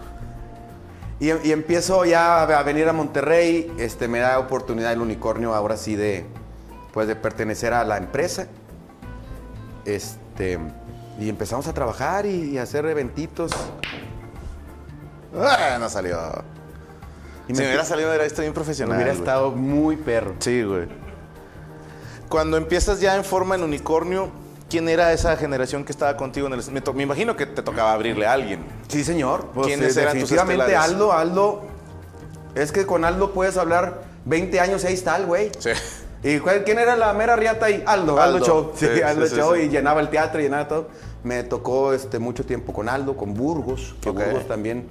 S2: Y, y empiezo ya a, a venir a Monterrey. Este, me da oportunidad el unicornio ahora sí de, pues, de pertenecer a la empresa. Este, y empezamos a trabajar y, y a hacer eventitos.
S1: Ah, no salió.
S2: Y
S1: si
S2: me
S1: me hubiera salido, era esto bien profesional.
S2: hubiera
S1: güey.
S2: estado muy perro.
S1: Sí, güey. Cuando empiezas ya en forma en unicornio, ¿quién era esa generación que estaba contigo en el.? Me, to- me imagino que te tocaba abrirle a alguien.
S2: Sí, señor. Pues,
S1: ¿Quiénes
S2: eh,
S1: eran tus
S2: definitivamente
S1: estelares?
S2: Aldo, Aldo. Es que con Aldo puedes hablar 20 años y ahí está el güey.
S1: Sí.
S2: ¿Y cuál- quién era la mera riata ahí? Aldo, Aldo,
S1: Aldo.
S2: Show. Sí,
S1: Sí, sí,
S2: Aldo
S1: sí,
S2: Show
S1: sí.
S2: y llenaba el teatro, llenaba todo. Me tocó este, mucho tiempo con Aldo, con Burgos, que
S1: Ok.
S2: Burgos también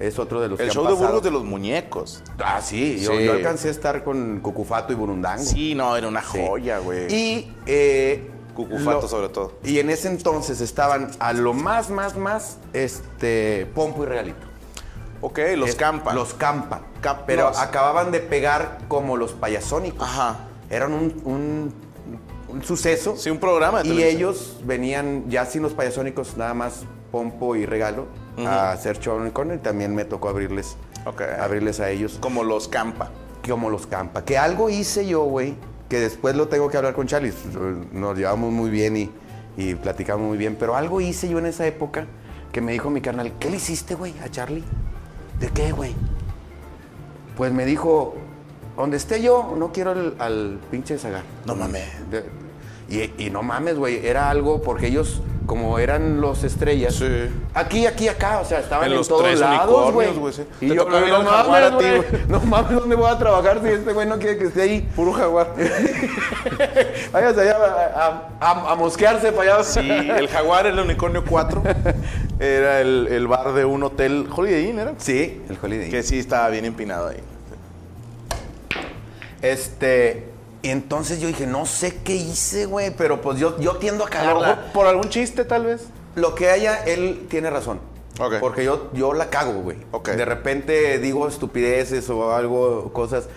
S2: es otro de los
S1: El
S2: que han
S1: show de
S2: pasado.
S1: Burgos de los muñecos.
S2: Ah, sí, yo,
S1: Sí.
S2: yo alcancé a estar con Cucufato y Burundango.
S1: Sí, no, era una
S2: Sí.
S1: joya, güey.
S2: Y... eh,
S1: Cucufato
S2: lo-
S1: sobre todo.
S2: Y en ese entonces estaban a lo más, más, más, este, Pompo y Regalito.
S1: Ok, los
S2: Es-
S1: campa.
S2: Los Campa.
S1: Cap-
S2: pero
S1: los-
S2: acababan de pegar como los payasónicos.
S1: Ajá.
S2: Eran un, un- un suceso.
S1: Sí, un programa de
S2: Y
S1: televisión.
S2: ellos venían ya sin los payasónicos, nada más Pompo y Regalo, a hacer show en el corner. Y también me tocó abrirles,
S1: Ok.
S2: abrirles a ellos
S1: Como los campa.
S2: como los campa. Que algo hice yo, güey, que después lo tengo que hablar con Charlie. Nos llevamos muy bien y, y platicamos muy bien, pero algo hice yo en esa época que me dijo mi carnal, ¿qué le hiciste, güey, a Charlie? ¿De qué, güey? Pues me dijo, donde esté yo, no quiero al, al pinche Zagar.
S1: No mames.
S2: De- y, y no mames, güey, era algo porque ellos, como eran los estrellas,
S1: Sí.
S2: aquí, aquí, acá, o sea, estaban en,
S1: En los
S2: todos
S1: tres
S2: lados,
S1: unicornios,
S2: güey.
S1: güey, sí.
S2: Y
S1: Te
S2: yo,
S1: tocó ir
S2: no
S1: al jaguar a
S2: mames,
S1: ti,
S2: güey,
S1: güey.
S2: no mames, ¿dónde voy a trabajar si este güey no quiere que esté ahí?
S1: Puro jaguar.
S2: Váyase allá a, a- a- a mosquearse para allá.
S1: Sí, el jaguar, el unicornio 4, era el, el bar de un hotel Holiday Inn, ¿era?
S2: Sí, el Holiday.
S1: Que sí estaba bien empinado ahí.
S2: Este, y entonces yo dije, no sé qué hice, güey, pero pues yo, yo tiendo a
S1: A lo
S2: cagarla.
S1: mejor por algún chiste, tal vez.
S2: Lo que haya, él tiene razón.
S1: Ok.
S2: Porque yo, yo la cago, güey.
S1: Ok.
S2: De repente digo estupideces o algo, cosas.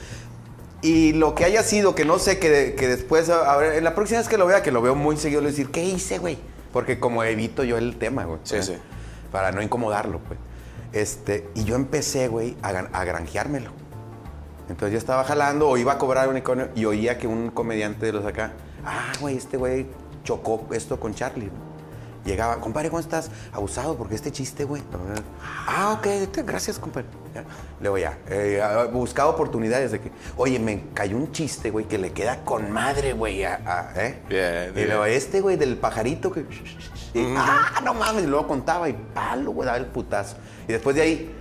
S2: Y lo que haya sido, que no sé, que, que después, a a ver, en la próxima vez que lo vea, que lo veo muy seguido, le voy a decir, ¿qué hice, güey? Porque como evito yo el tema, güey.
S1: Sí,
S2: ¿eh?
S1: sí.
S2: Para no incomodarlo, pues. Este, y yo empecé, güey, a, gran- a granjeármelo. Entonces yo estaba jalando o iba a cobrar unicornio y oía que un comediante de los acá, ah, güey, este güey chocó esto con Charlie. güey". Llegaba, compadre, ¿cómo estás? Abusado porque este chiste, güey. Ah, ok, este- gracias, compadre. Ya. Luego ya, eh, ah, buscaba oportunidades de que, oye, me cayó un chiste, güey, que le queda con madre, güey. a- a- ¿eh?
S1: Bien,
S2: y
S1: bien.
S2: luego este, güey, del pajarito que. y, ah, no mames. Y luego contaba y palo, güey, daba el putazo. Y después de ahí,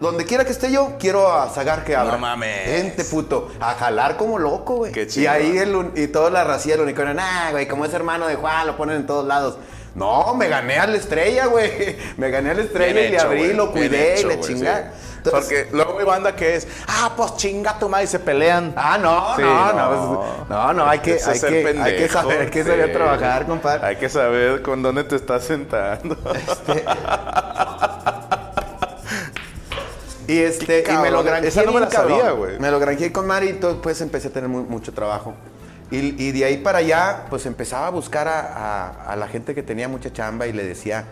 S2: donde quiera que esté yo, quiero a Zagar que abra.
S1: mames.
S2: Vente, puto. A jalar como loco, güey.
S1: Qué
S2: Y
S1: chido.
S2: ahí el, un- y toda la racía del unicornio. Nah, güey, como es hermano de Juan, lo ponen en todos lados. No, me gané a la estrella, güey. Me gané a la estrella
S1: Bien
S2: y le
S1: hecho,
S2: abrí,
S1: güey.
S2: lo
S1: Bien
S2: cuidé
S1: hecho,
S2: y le
S1: güey,
S2: chingá.
S1: sí.
S2: Entonces-
S1: Porque luego hay banda que es, ah, pues chinga tu madre y se pelean.
S2: Ah, no,
S1: Sí, no.
S2: no, no, pues, no, no, hay que,
S1: Eso
S2: hay
S1: es ser
S2: que, hay que
S1: pendejo,
S2: saber, hay que
S1: sí.
S2: saber trabajar, compadre.
S1: Hay que saber con dónde te estás sentando.
S2: Y este,
S1: Qué
S2: y me lo
S1: cabrón.
S2: granjeé.
S1: Esa no me la
S2: bien cabrón.
S1: sabía, güey.
S2: Eh, Me lo granjeé con Mari y todo, pues empecé a tener mu- mucho trabajo. Y, y de ahí para allá, pues empezaba a buscar a, a- a la gente que tenía mucha chamba y le decía,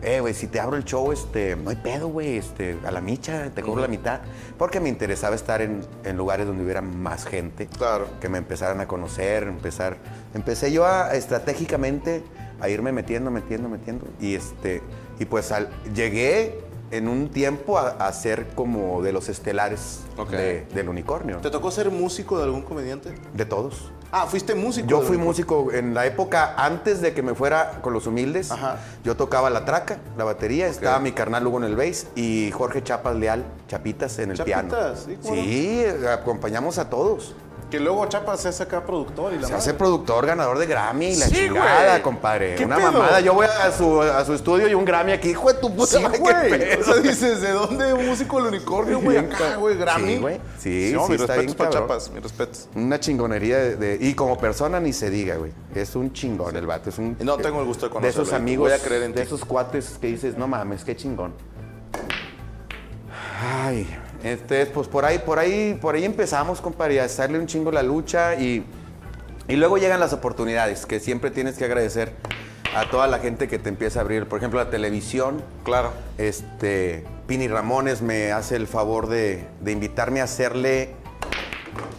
S2: eh, güey, si te abro el show, este, no hay pedo, güey, este, a la micha, te cobro la mitad. Porque me interesaba estar en, en lugares donde hubiera más gente.
S1: Claro.
S2: Que me empezaran a conocer, empezar. Empecé yo a estratégicamente a irme metiendo, metiendo, metiendo. Y este. Y pues al- llegué en un tiempo a, a ser como de los estelares
S1: Ok.
S2: de- del unicornio.
S1: ¿Te tocó ser músico de algún comediante?
S2: De todos.
S1: Ah, fuiste músico.
S2: Yo
S1: de-
S2: fui músico en la época antes de que me fuera con los humildes.
S1: Ajá.
S2: Yo tocaba la traca, la batería, estaba mi carnal Hugo en el bass y Jorge Chapas Leal, Chapitas en el piano.
S1: Chapitas, sí, cómo no.
S2: sí, eh, acompañamos a todos.
S1: Que luego Chapa se hace acá productor y la
S2: Se
S1: madre.
S2: hace productor, ganador de Grammy, la
S1: Ah. Sí,
S2: chingada,
S1: güey.
S2: compadre.
S1: ¿Qué
S2: Una
S1: pedo?
S2: mamada. Yo voy a su, a su estudio y un Grammy aquí, hijo de tu puta
S1: Sí,
S2: madre, qué
S1: güey.
S2: pedo.
S1: O sea, dices, ¿de dónde músico del unicornio, güey? Acá, güey, Grammy.
S2: Sí, güey. Sí,
S1: no,
S2: sí,
S1: mis
S2: está
S1: respetos
S2: bien
S1: para
S2: cabrón.
S1: Chapas, mis respetos.
S2: Una chingonería de, de- Y como persona ni se diga, güey. Es un chingón el vato. Es un,
S1: No tengo el gusto de conocerlo,
S2: De esos
S1: güey.
S2: amigos,
S1: Voy a creer en
S2: de
S1: ti.
S2: esos cuates que dices, no mames, qué chingón. Ay, este, pues por ahí, por ahí, por ahí empezamos, compadre, a hacerle un chingo la lucha y, y luego llegan las oportunidades que siempre tienes que agradecer a toda la gente que te empieza a abrir. Por ejemplo, la televisión,
S1: Claro.
S2: este, Pini Ramones me hace el favor de, de invitarme a hacerle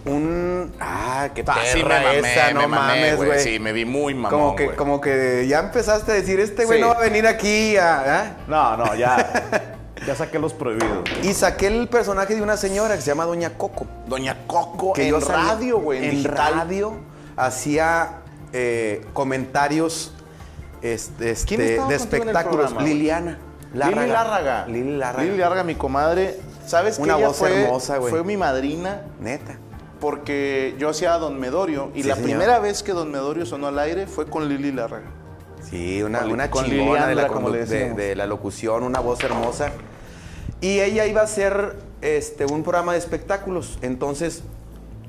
S2: un... Ah, qué perra esa, no mames, güey.
S1: Sí, me vi muy mamón,
S2: como, que,
S1: Ah, güey.
S2: como que ya empezaste a decir, este güey
S1: Sí.
S2: no va a venir aquí a... ¿ah?
S1: No, no, ya. ya saqué los prohibidos.
S2: Y saqué el personaje de una señora que se llama Doña Coco.
S1: Doña Coco
S2: Que
S1: en
S2: yo salí-
S1: radio, güey, en,
S2: En
S1: digital.
S2: radio hacía eh, comentarios este,
S1: ¿Quién
S2: este,
S1: estaba contigo en
S2: de
S1: el
S2: espectáculos.
S1: programa, güey?
S2: Liliana.
S1: Lili Lárraga.
S2: Lili Lárraga.
S1: Lili Lárraga, mi comadre. ¿Sabes
S2: Una
S1: que ella
S2: voz
S1: fue,
S2: hermosa, güey.
S1: Fue mi madrina
S2: Neta.
S1: porque yo hacía a Don Medorio y
S2: Sí,
S1: la
S2: señor.
S1: primera vez que Don Medorio sonó al aire fue con Lili Lárraga.
S2: Sí, una,
S1: Con Li-
S2: una
S1: con
S2: chingona de la,
S1: Liliandra, como
S2: condu-
S1: le
S2: de-
S1: decíamos.
S2: de la locución, una voz hermosa. Y ella iba a hacer este, un programa de espectáculos. Entonces,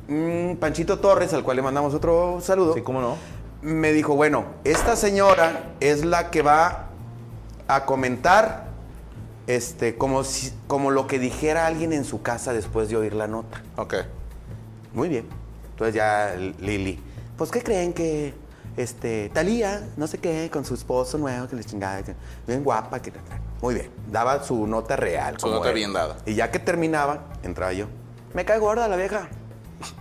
S2: mm, Panchito Torres, al cual le mandamos otro saludo,
S1: no.
S2: me dijo, bueno, esta señora es la que va a comentar este, como, si- como lo que dijera alguien en su casa después de oír la nota.
S1: Ok.
S2: Muy bien. Entonces ya Lili. Pues qué creen que este Talía, no sé qué, con su esposo nuevo que le chingada, que bien guapa, que muy bien. Daba su nota real.
S1: Su nota bien dada.
S2: Y ya que terminaba, entraba yo. Me cae gorda la vieja.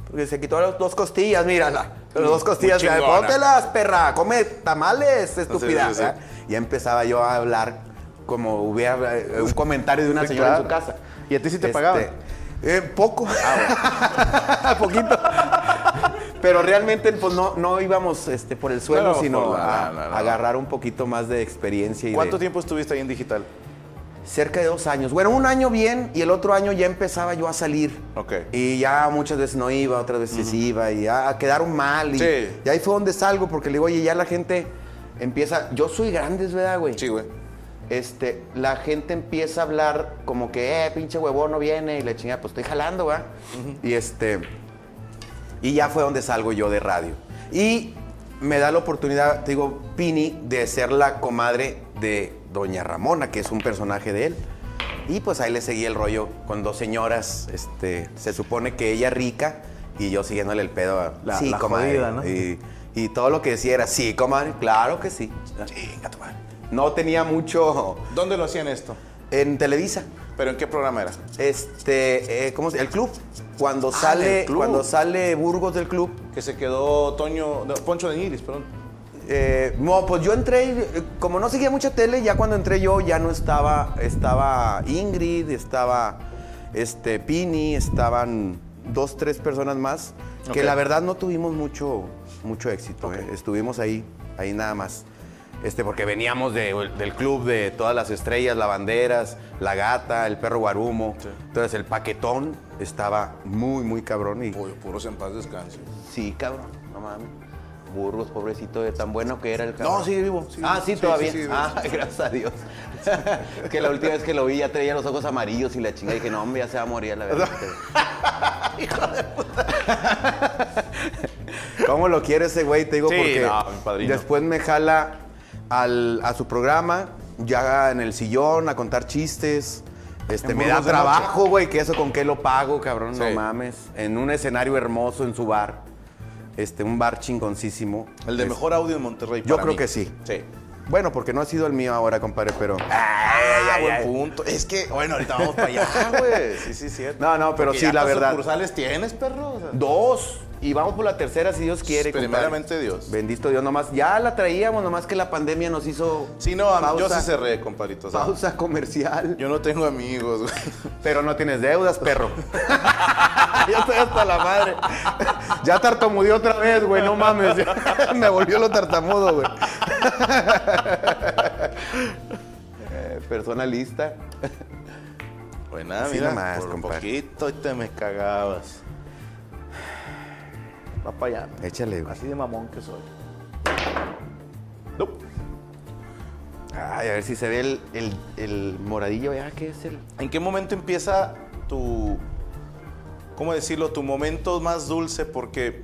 S2: Porque se quitó las dos costillas, mírala. Las dos costillas,
S1: Muy chingona.
S2: póntelas, perra, come tamales, estúpida.
S1: Sí, sí, sí.
S2: ¿verdad? Ya empezaba yo a hablar como hubiera eh, un comentario de una
S1: Sí,
S2: señora en
S1: claro.
S2: su casa.
S1: ¿Y a ti sí te
S2: Este,
S1: pagaban? Ah,
S2: eh, poco. poquito. Pero realmente pues, no, no íbamos este, por el suelo,
S1: No,
S2: sino
S1: por la-
S2: a,
S1: no, no, no.
S2: a agarrar un poquito más de experiencia. Y
S1: ¿Cuánto
S2: de-
S1: tiempo estuviste ahí en digital?
S2: Cerca de dos años. Bueno, un año bien y el otro año ya empezaba yo a salir.
S1: Ok.
S2: Y ya muchas veces no iba, otras veces iba y ya quedaron mal. Y,
S1: Sí.
S2: y ahí fue donde salgo porque le digo, oye, ya la gente empieza... Yo soy grande, es ¿verdad, güey?
S1: Sí, güey.
S2: este, la gente empieza a hablar como que, eh, pinche huevón no viene y la chingada, pues estoy jalando, va. Y este, y ya fue donde salgo yo de radio. Y me da la oportunidad, te digo, Pini, de ser la comadre de, Doña Ramona, que es un personaje de él. Y pues ahí le seguí el rollo con dos señoras. Este, se supone que ella rica y yo siguiéndole el pedo a
S3: La-
S2: sí,
S3: la
S2: comadre.
S3: jodida, ¿no?
S2: Y, y todo lo que decía era, sí, comadre, claro que sí.
S1: Chinga tu madre.
S2: No tenía mucho
S1: ¿Dónde lo hacían esto?
S2: en Televisa.
S1: ¿Pero en qué programa era?
S2: Este, eh, ¿cómo se El club. Cuando
S1: Ah,
S2: sale,
S1: del club.
S2: cuando sale Burgos del club,
S1: Que se quedó Toño, no, Poncho de Nigris, perdón.
S2: Eh, no, pues yo entré, y, eh, como no seguía mucha tele, ya cuando entré yo ya no estaba, estaba Ingrid, estaba este, Pini, estaban dos, tres personas más,
S1: Ok.
S2: que la verdad no tuvimos mucho, mucho éxito, eh. estuvimos ahí, ahí nada más. Este, porque veníamos de- del club de todas las estrellas, las banderas, la gata, el perro guarumo. Entonces el paquetón estaba muy, muy cabrón. Y,
S1: Pollo, puros en paz descanso.
S2: Sí, cabrón, no mames. Burros, pobrecito, de tan bueno que era el cabrón.
S1: No, sigue vivo, sigue
S2: ah,
S1: vivo.
S2: sí,
S1: Sí,
S2: todavía.
S1: sí, sí, vivo.
S2: ah, gracias a Dios. que la última vez que lo vi ya traía los ojos amarillos y la chingada. Y dije, no, hombre, ya se va a morir a la verdad. ¿Cómo lo quiere ese güey? Te digo
S1: Sí,
S2: porque
S1: no, mi padrino.
S2: después me jala al- a su programa, ya en el sillón, a contar chistes. Este,
S1: En
S2: me da
S1: Burgos de Noche.
S2: trabajo, güey, que eso con qué lo pago, cabrón, no
S1: Sí.
S2: mames. En un escenario hermoso en su bar. Este, un bar chingoncísimo.
S1: El de
S2: Es-
S1: mejor audio en Monterrey.
S2: Yo
S1: para
S2: creo
S1: mí.
S2: que sí.
S1: Sí.
S2: Bueno, porque no ha sido el mío ahora, compadre, pero.
S1: Ah,
S2: ay,
S1: buen
S2: ay.
S1: punto. Es que, bueno, ahorita vamos para allá, güey. Sí, Pues sí, cierto.
S2: No, no, pero
S1: Porque
S2: sí,
S1: ya
S2: la
S1: cuántas
S2: verdad.
S1: sucursales tienes, perro? O sea,
S2: Dos. Y vamos por la tercera, si Dios quiere. compadre.
S1: Primeramente Dios.
S2: Bendito Dios, nomás. Ya la traíamos, nomás que la pandemia nos hizo.
S1: Sí, no, a mí- yo
S2: pausa-
S1: sí cerré, compadrito. o sea,
S2: Pausa comercial.
S1: yo no tengo amigos, güey.
S2: Pero no tienes deudas, perro. ya estoy hasta la madre. Ya tartamudeé otra vez, güey, no mames. Me volvió lo tartamudo, güey. Eh, Persona lista. Ah,
S1: Pues nada,
S2: Así
S1: mira,
S2: nomás,
S1: por
S2: compadre.
S1: poquito y te me cagabas.
S3: Va para allá.
S2: Échale, güey.
S3: Así de mamón que soy.
S1: No.
S2: Ay, a ver si se ve el, el, el moradillo, ya, ¿qué es el?
S1: ¿En qué momento empieza tu, cómo decirlo, tu momento más dulce? Porque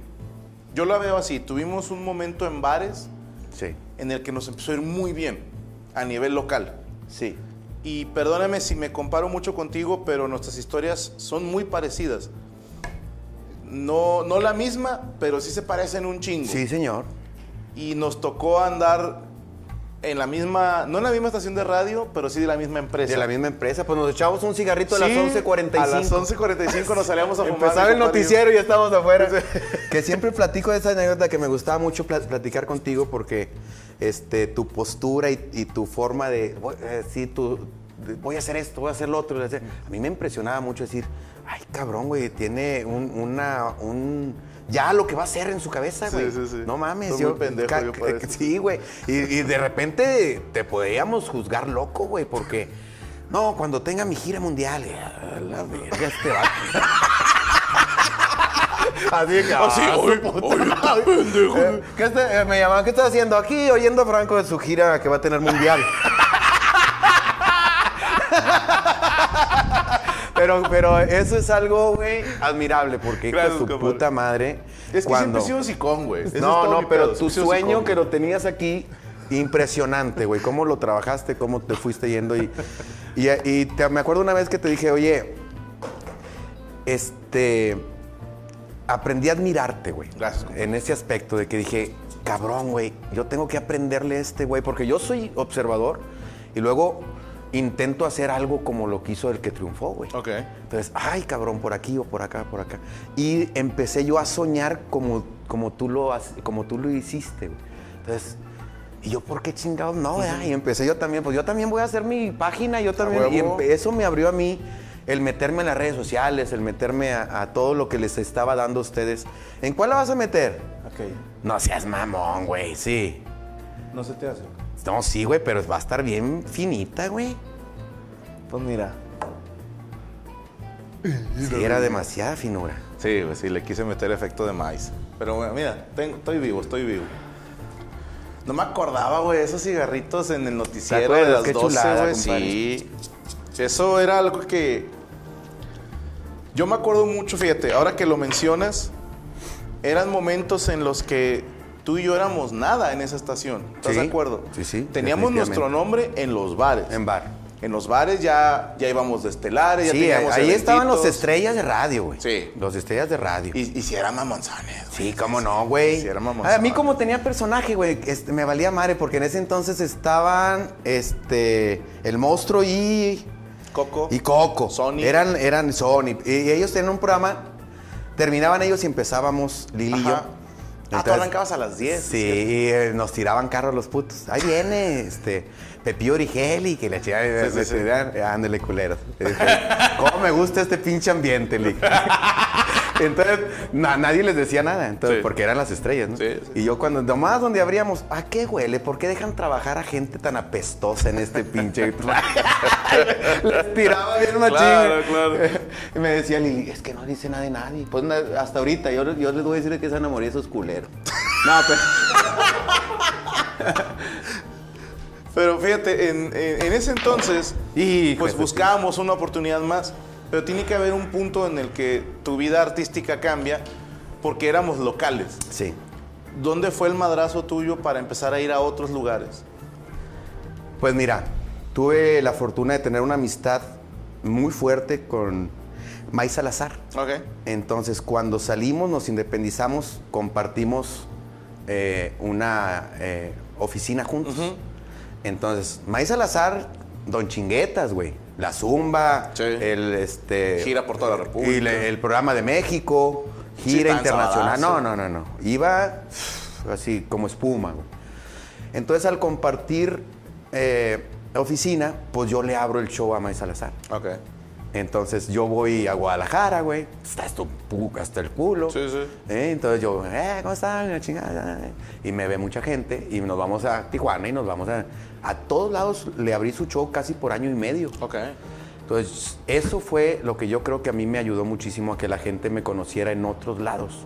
S1: yo la veo así, tuvimos un momento en bares
S2: Sí.
S1: en el que nos empezó a ir muy bien a nivel local.
S2: Sí.
S1: Y perdóname si me comparo mucho contigo, pero nuestras historias son muy parecidas. No, no la misma, pero sí se parecen un chingo.
S2: Sí, señor.
S1: Y nos tocó andar en la misma, no en la misma estación de radio, pero sí de la misma empresa.
S2: De la misma empresa, pues nos echamos un cigarrito
S1: Sí,
S2: a las 11.45.
S1: A las 11.45 nos salíamos a fumar.
S2: Empezaba
S1: mi
S2: el
S1: compadre.
S2: noticiero y ya estábamos afuera. que siempre platico de esa anécdota que me gustaba mucho pla- platicar contigo porque este, tu postura y, y tu forma de, voy, eh, sí, tu, de, voy a hacer esto, voy a hacer lo otro. voy a hacer- A mí me impresionaba mucho decir, ay cabrón, güey, tiene un, una, un, ya lo que va a hacer en su cabeza,
S1: Sí,
S2: güey.
S1: sí, sí.
S2: No mames,
S1: Soy
S2: yo.
S1: muy pendejo,
S2: ca-
S1: yo para eso.
S2: Sí, güey. Y, y de repente te podíamos juzgar loco, güey, porque. No, cuando tenga mi gira mundial, eh, a la verga este va. Así que.
S1: Así,
S2: ah,
S1: oye,
S2: su puta
S1: oye,
S2: madre.
S1: pendejo.
S2: Eh, ¿qué este- eh, me llamaban, ¿qué estás haciendo aquí? Oyendo a Franco de su gira que va a tener mundial. Pero, pero eso es algo, güey, admirable, porque
S1: Gracias,
S2: hijo de su
S1: compadre.
S2: puta madre.
S1: Es que siempre
S2: cuando-
S1: he sido sicón, güey. Ese es
S2: no,
S1: todo mi
S2: no, pero
S1: pedo,
S2: tu
S1: siempre he sido
S2: sueño
S1: sicón,
S2: que
S1: güey.
S2: lo tenías aquí, impresionante, güey. Cómo lo trabajaste, cómo te fuiste yendo. Y, y, y te- me acuerdo una vez que te dije, oye, este, aprendí a admirarte, güey.
S1: Gracias, compadre.
S2: En ese aspecto de que dije, cabrón, güey, yo tengo que aprenderle a este güey, porque yo soy observador y luego intento hacer algo como lo que hizo el que triunfó, güey.
S1: Ok.
S2: Entonces, ay, cabrón, por aquí o por acá, por acá. Y empecé yo a soñar como, como, tú, lo, has- como tú lo hiciste. güey. Entonces, ¿y yo por qué chingados no? verdad? Y empecé yo también, pues yo también voy a hacer mi página, yo también. Y
S1: huevo.
S2: empe- eso me abrió a mí el meterme en las redes sociales, el meterme a, a todo lo que les estaba dando a ustedes. ¿En cuál la vas a meter?
S1: Ok.
S2: No seas mamón, güey, sí.
S1: No se te hace.
S2: No, sí, güey, pero va a estar bien finita, güey.
S3: Pues mira.
S2: Sí, era demasiada finura.
S1: Sí, güey, sí, le quise meter efecto de maíz. Pero bueno, mira, tengo- estoy vivo, estoy vivo. No me acordaba, güey, esos cigarritos en el noticiero
S2: ¿Te acuerdas?
S1: de las
S2: Qué
S1: 12,
S2: chulada,
S1: güey.
S2: compadre.
S1: Sí. Eso era algo que. Yo me acuerdo mucho, fíjate, ahora que lo mencionas, eran momentos en los que tú y yo éramos nada en esa estación. ¿Estás
S2: Sí,
S1: de acuerdo?
S2: sí, sí,
S1: Teníamos nuestro
S2: definitivamente.
S1: nombre en los bares.
S2: En bar.
S1: En los bares ya, ya íbamos de estelares, ya
S2: Sí, ahí
S1: teníamos
S2: estaban los
S1: eventitos.
S2: estrellas de radio, güey.
S1: Sí.
S2: Los estrellas de radio.
S1: Y, y si era Mamonzones.
S2: Sí, cómo no, güey.
S1: Sí, era mamón.
S2: A mí como tenía personaje, güey, este, me valía madre porque en ese entonces estaban este el monstruo y
S1: Coco.
S2: y Coco.
S1: Sony.
S2: Eran eran Sony y, y ellos tenían un programa terminaban ellos y empezábamos Lili y yo.
S1: Ajá. Ah, tú
S2: Entonces-
S1: arrancabas a las 10.
S2: Sí, y eh, nos tiraban carros los putos. Ahí viene este Pepillo Origeli, que le tiraban.
S1: Sí, sí,
S2: le
S1: sí.
S2: tiraban, eh, Ándele, culeros. Este, ¿Cómo me gusta este pinche ambiente, Lee? Entonces, na- nadie les decía nada, entonces,
S1: Sí.
S2: porque eran las estrellas, ¿no?
S1: Sí, sí.
S2: Y yo cuando, nomás donde abríamos, ¿a qué huele? ¿Por qué dejan trabajar a gente tan apestosa en este pinche? les tiraba bien machín.
S1: Claro, claro.
S2: Y me decía Lili, es que no dice nada de nadie. Pues na- hasta ahorita, yo, yo les voy a decir que se van a morir esos culeros. No, pues.
S1: Pero fíjate, en, en- en ese entonces,
S2: Hijo de
S1: pues
S2: su
S1: buscábamos una oportunidad más, pero tiene que haber un punto en el que tu vida artística cambia, porque éramos locales.
S2: Sí.
S1: ¿Dónde fue el madrazo tuyo para empezar a ir a otros lugares?
S2: Pues mira, tuve la fortuna de tener una amistad muy fuerte con May Salazar.
S1: Ok.
S2: Entonces, cuando salimos, nos independizamos, compartimos eh, una eh, oficina juntos. Entonces, May Salazar, Don Chinguetas, güey. La Zumba,
S1: Sí.
S2: el este.
S1: Gira por toda la República.
S2: Y le- el programa de México, gira
S1: tan
S2: internacional. No,
S1: sabadazo.
S2: no, no, no. Iba pff, así como espuma, güey. Entonces, al compartir eh, oficina, pues yo le abro el show a May Salazar.
S1: Ok.
S2: Entonces yo voy a Guadalajara, güey. Está esto pu- hasta el culo.
S1: Sí, sí.
S2: Eh, Entonces yo, eh, ¿cómo están? La chingada. Y me ve mucha gente y nos vamos a Tijuana y nos vamos a. A todos lados le abrí su show casi por año y medio.
S1: Ok.
S2: Entonces, eso fue lo que yo creo que a mí me ayudó muchísimo a que la gente me conociera en otros lados.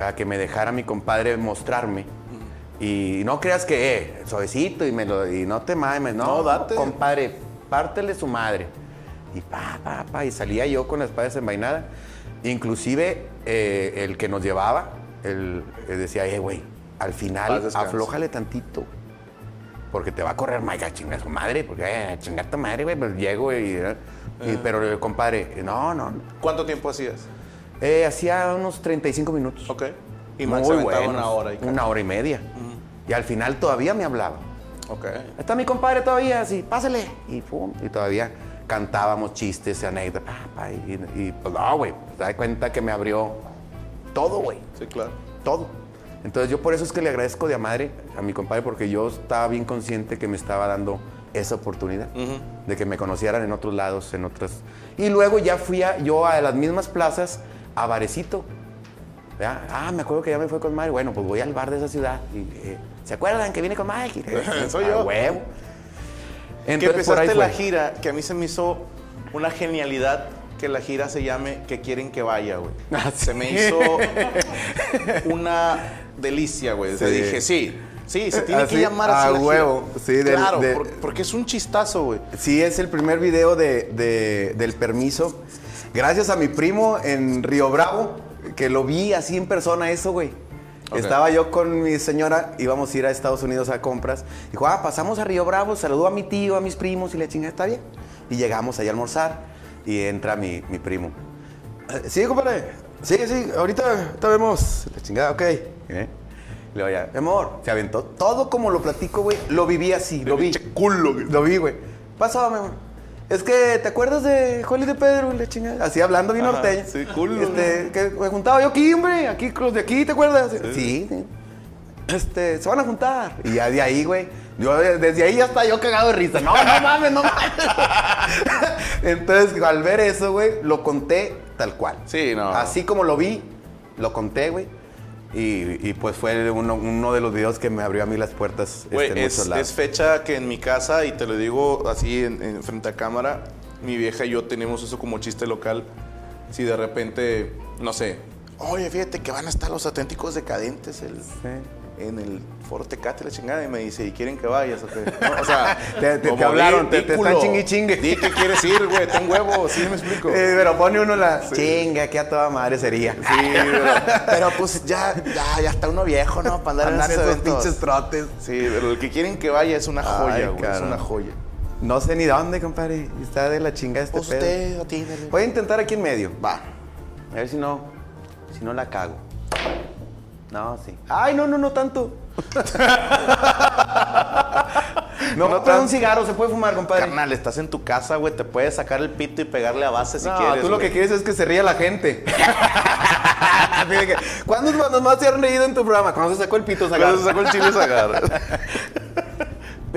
S2: A que me dejara mi compadre mostrarme. Y no creas que, eh, suavecito y, me lo, y no te mames, no,
S1: No, date.
S2: compadre, pártele su madre. Y pa, pa, pa, y salía yo con la espada desenvainada. Inclusive, eh, el que nos llevaba, él, él decía, eh, güey, al
S1: Paz,
S2: final
S1: descanse.
S2: aflójale tantito. Porque te va a correr, Maica, chinga su madre, porque eh, chinga tu madre, güey, pues llego y, eh, y- Pero, eh, compadre, no, no. no.
S1: ¿Cuánto tiempo hacías?
S2: Eh, hacía unos 35 minutos.
S1: Ok. Y
S2: Muy
S1: Max se aventaba
S2: buenos,
S1: una hora. Y
S2: Una hora y media. Y al final todavía me hablaba.
S1: Ok.
S2: Está mi compadre todavía, así, pásale. Y pum, y todavía cantábamos chistes, anécdotas, Ah, pa, pa, y, y, pues no, güey, te das cuenta que me abrió todo, güey
S1: Sí, claro.
S2: todo. Entonces yo por eso es que le agradezco de a madre a mi compadre porque yo estaba bien consciente que me estaba dando esa oportunidad de que me conocieran en otros lados, en otras. Y luego ya fui a- yo a las mismas plazas a Varecito. ¿verdad? Ah, me acuerdo que ya me fue con Mari. Bueno, pues voy al bar de esa ciudad. y, eh, ¿Se acuerdan que vine con Mike?
S1: Soy
S2: A
S1: yo.
S2: huevo.
S1: que
S2: Entonces, por ahí
S1: empezaste la
S2: fue.
S1: gira, que a mí se me hizo una genialidad que la gira se llame Que quieren que vaya, güey.
S2: Ah, sí.
S1: Se me hizo una delicia, güey. Te
S2: Sí.
S1: dije, sí, sí, se tiene
S2: Así,
S1: que llamar así.
S2: Ah, a
S1: la gira.
S2: huevo, sí, del-
S1: claro,
S2: de-
S1: por- porque es un chistazo, güey.
S2: Sí, es el primer video de, de- del permiso. Gracias a mi primo en Río Bravo, que lo vi así en persona eso, güey.
S1: Ok.
S2: Estaba yo con mi señora, íbamos a ir a Estados Unidos a compras. Dijo, ah, pasamos a Río Bravo, saludó a mi tío, a mis primos y la chingada, está bien. Y llegamos ahí a almorzar y entra mi, mi primo. Eh, Sí, compadre. Sí, sí, ahorita, te vemos. La chingada, ok. ¿Eh? Le voy a, amor, se aventó todo como lo platico, güey. Lo viví así, lo vi.
S1: culo,
S2: Lo vi, güey. Pasaba, mi amor. Es que, ¿te acuerdas de Holly de Pedro? La chingada. Así hablando bien
S1: Ajá,
S2: norteño.
S1: sí, culo,
S2: Este, que me juntaba yo aquí, hombre. Aquí, con los de aquí, ¿te acuerdas? Sí. sí. Este, se van a juntar. Y ya de ahí, güey. Yo de- desde ahí ya estaba yo cagado de risa. No, no mames, no mames. Entonces, al ver eso, güey, lo conté tal cual.
S1: Ah, Sí, no.
S2: Así como lo vi, lo conté, güey. Y, y, pues fue uno, uno de los videos que me abrió a mí las puertas
S1: Güey,
S2: este, en
S1: es,
S2: muchos lados.
S1: es fecha que en mi casa, y te lo digo así en, en frente a cámara, mi vieja y yo tenemos eso como chiste local. Si de repente, no sé, oye, fíjate que van a estar los auténticos decadentes el,
S2: Sí.
S1: en el por Tecate la chingada y me dice, ¿y quieren que vayas o qué? No, o sea,
S2: Te- te- te
S1: como
S2: hablaron, te- te
S1: ridículo.
S2: están chingui chingue.
S1: Di que quieres ir, güey, ten huevo, sí me explico.
S2: Eh, pero pone uno la chinga, que a toda madre sería.
S1: Sí, pero, pero pues ya, ya, ya está uno viejo, ¿no? Para andar en
S2: Andarse
S1: esos
S2: esos
S1: eventos.
S2: pinches trotes.
S1: Sí, pero el que quieren que vaya es una
S2: Ay,
S1: joya, güey, es
S2: cabrón.
S1: una joya.
S2: No sé ni dónde, compadre. Está de la chinga este pedo.
S1: Pues Usted, atiéndale.
S2: Voy a intentar aquí en medio.
S1: Va.
S2: A ver si no, si no la cago. No, sí. Ay, no, no, no tanto.
S1: No
S2: no, no trae
S1: tan-
S2: un cigarro, se puede fumar, compadre.
S1: Carnal, estás en tu casa, güey, te puedes sacar el pito y pegarle a base si
S2: No,
S1: quieres.
S2: tú lo
S1: güey.
S2: que quieres es que se ría la gente. Así de que, ¿Cuándo cuando más se han reído en tu programa? Cuando se sacó el pito,
S1: Cuando
S2: sacaron.
S1: se sacó el chile sacar.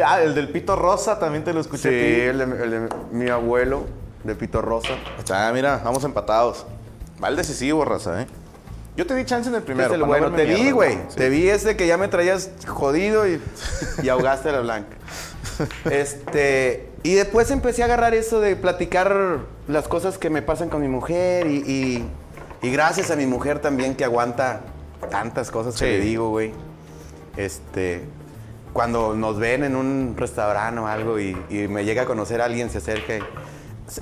S2: Ah, el del pito rosa también te lo escuché.
S1: a ti.
S2: el de, el de mi abuelo, de pito rosa.
S1: Ah, mira, vamos empatados. Va el decisivo, raza, ¿eh? Yo te di chance en el primero.
S2: Es el
S1: para no
S2: bueno.
S1: verme
S2: Te vi,
S1: mierda,
S2: güey.
S1: ¿no? Sí.
S2: Te vi ese que ya me traías jodido y, y ahogaste a la blanca. Este. Y después empecé a agarrar eso de platicar las cosas que me pasan con mi mujer y, y- y gracias a mi mujer también que aguanta tantas cosas
S1: Sí.
S2: que le digo, güey. Este. Cuando nos ven en un restaurante o algo y, y me llega a conocer a alguien, se acerca y.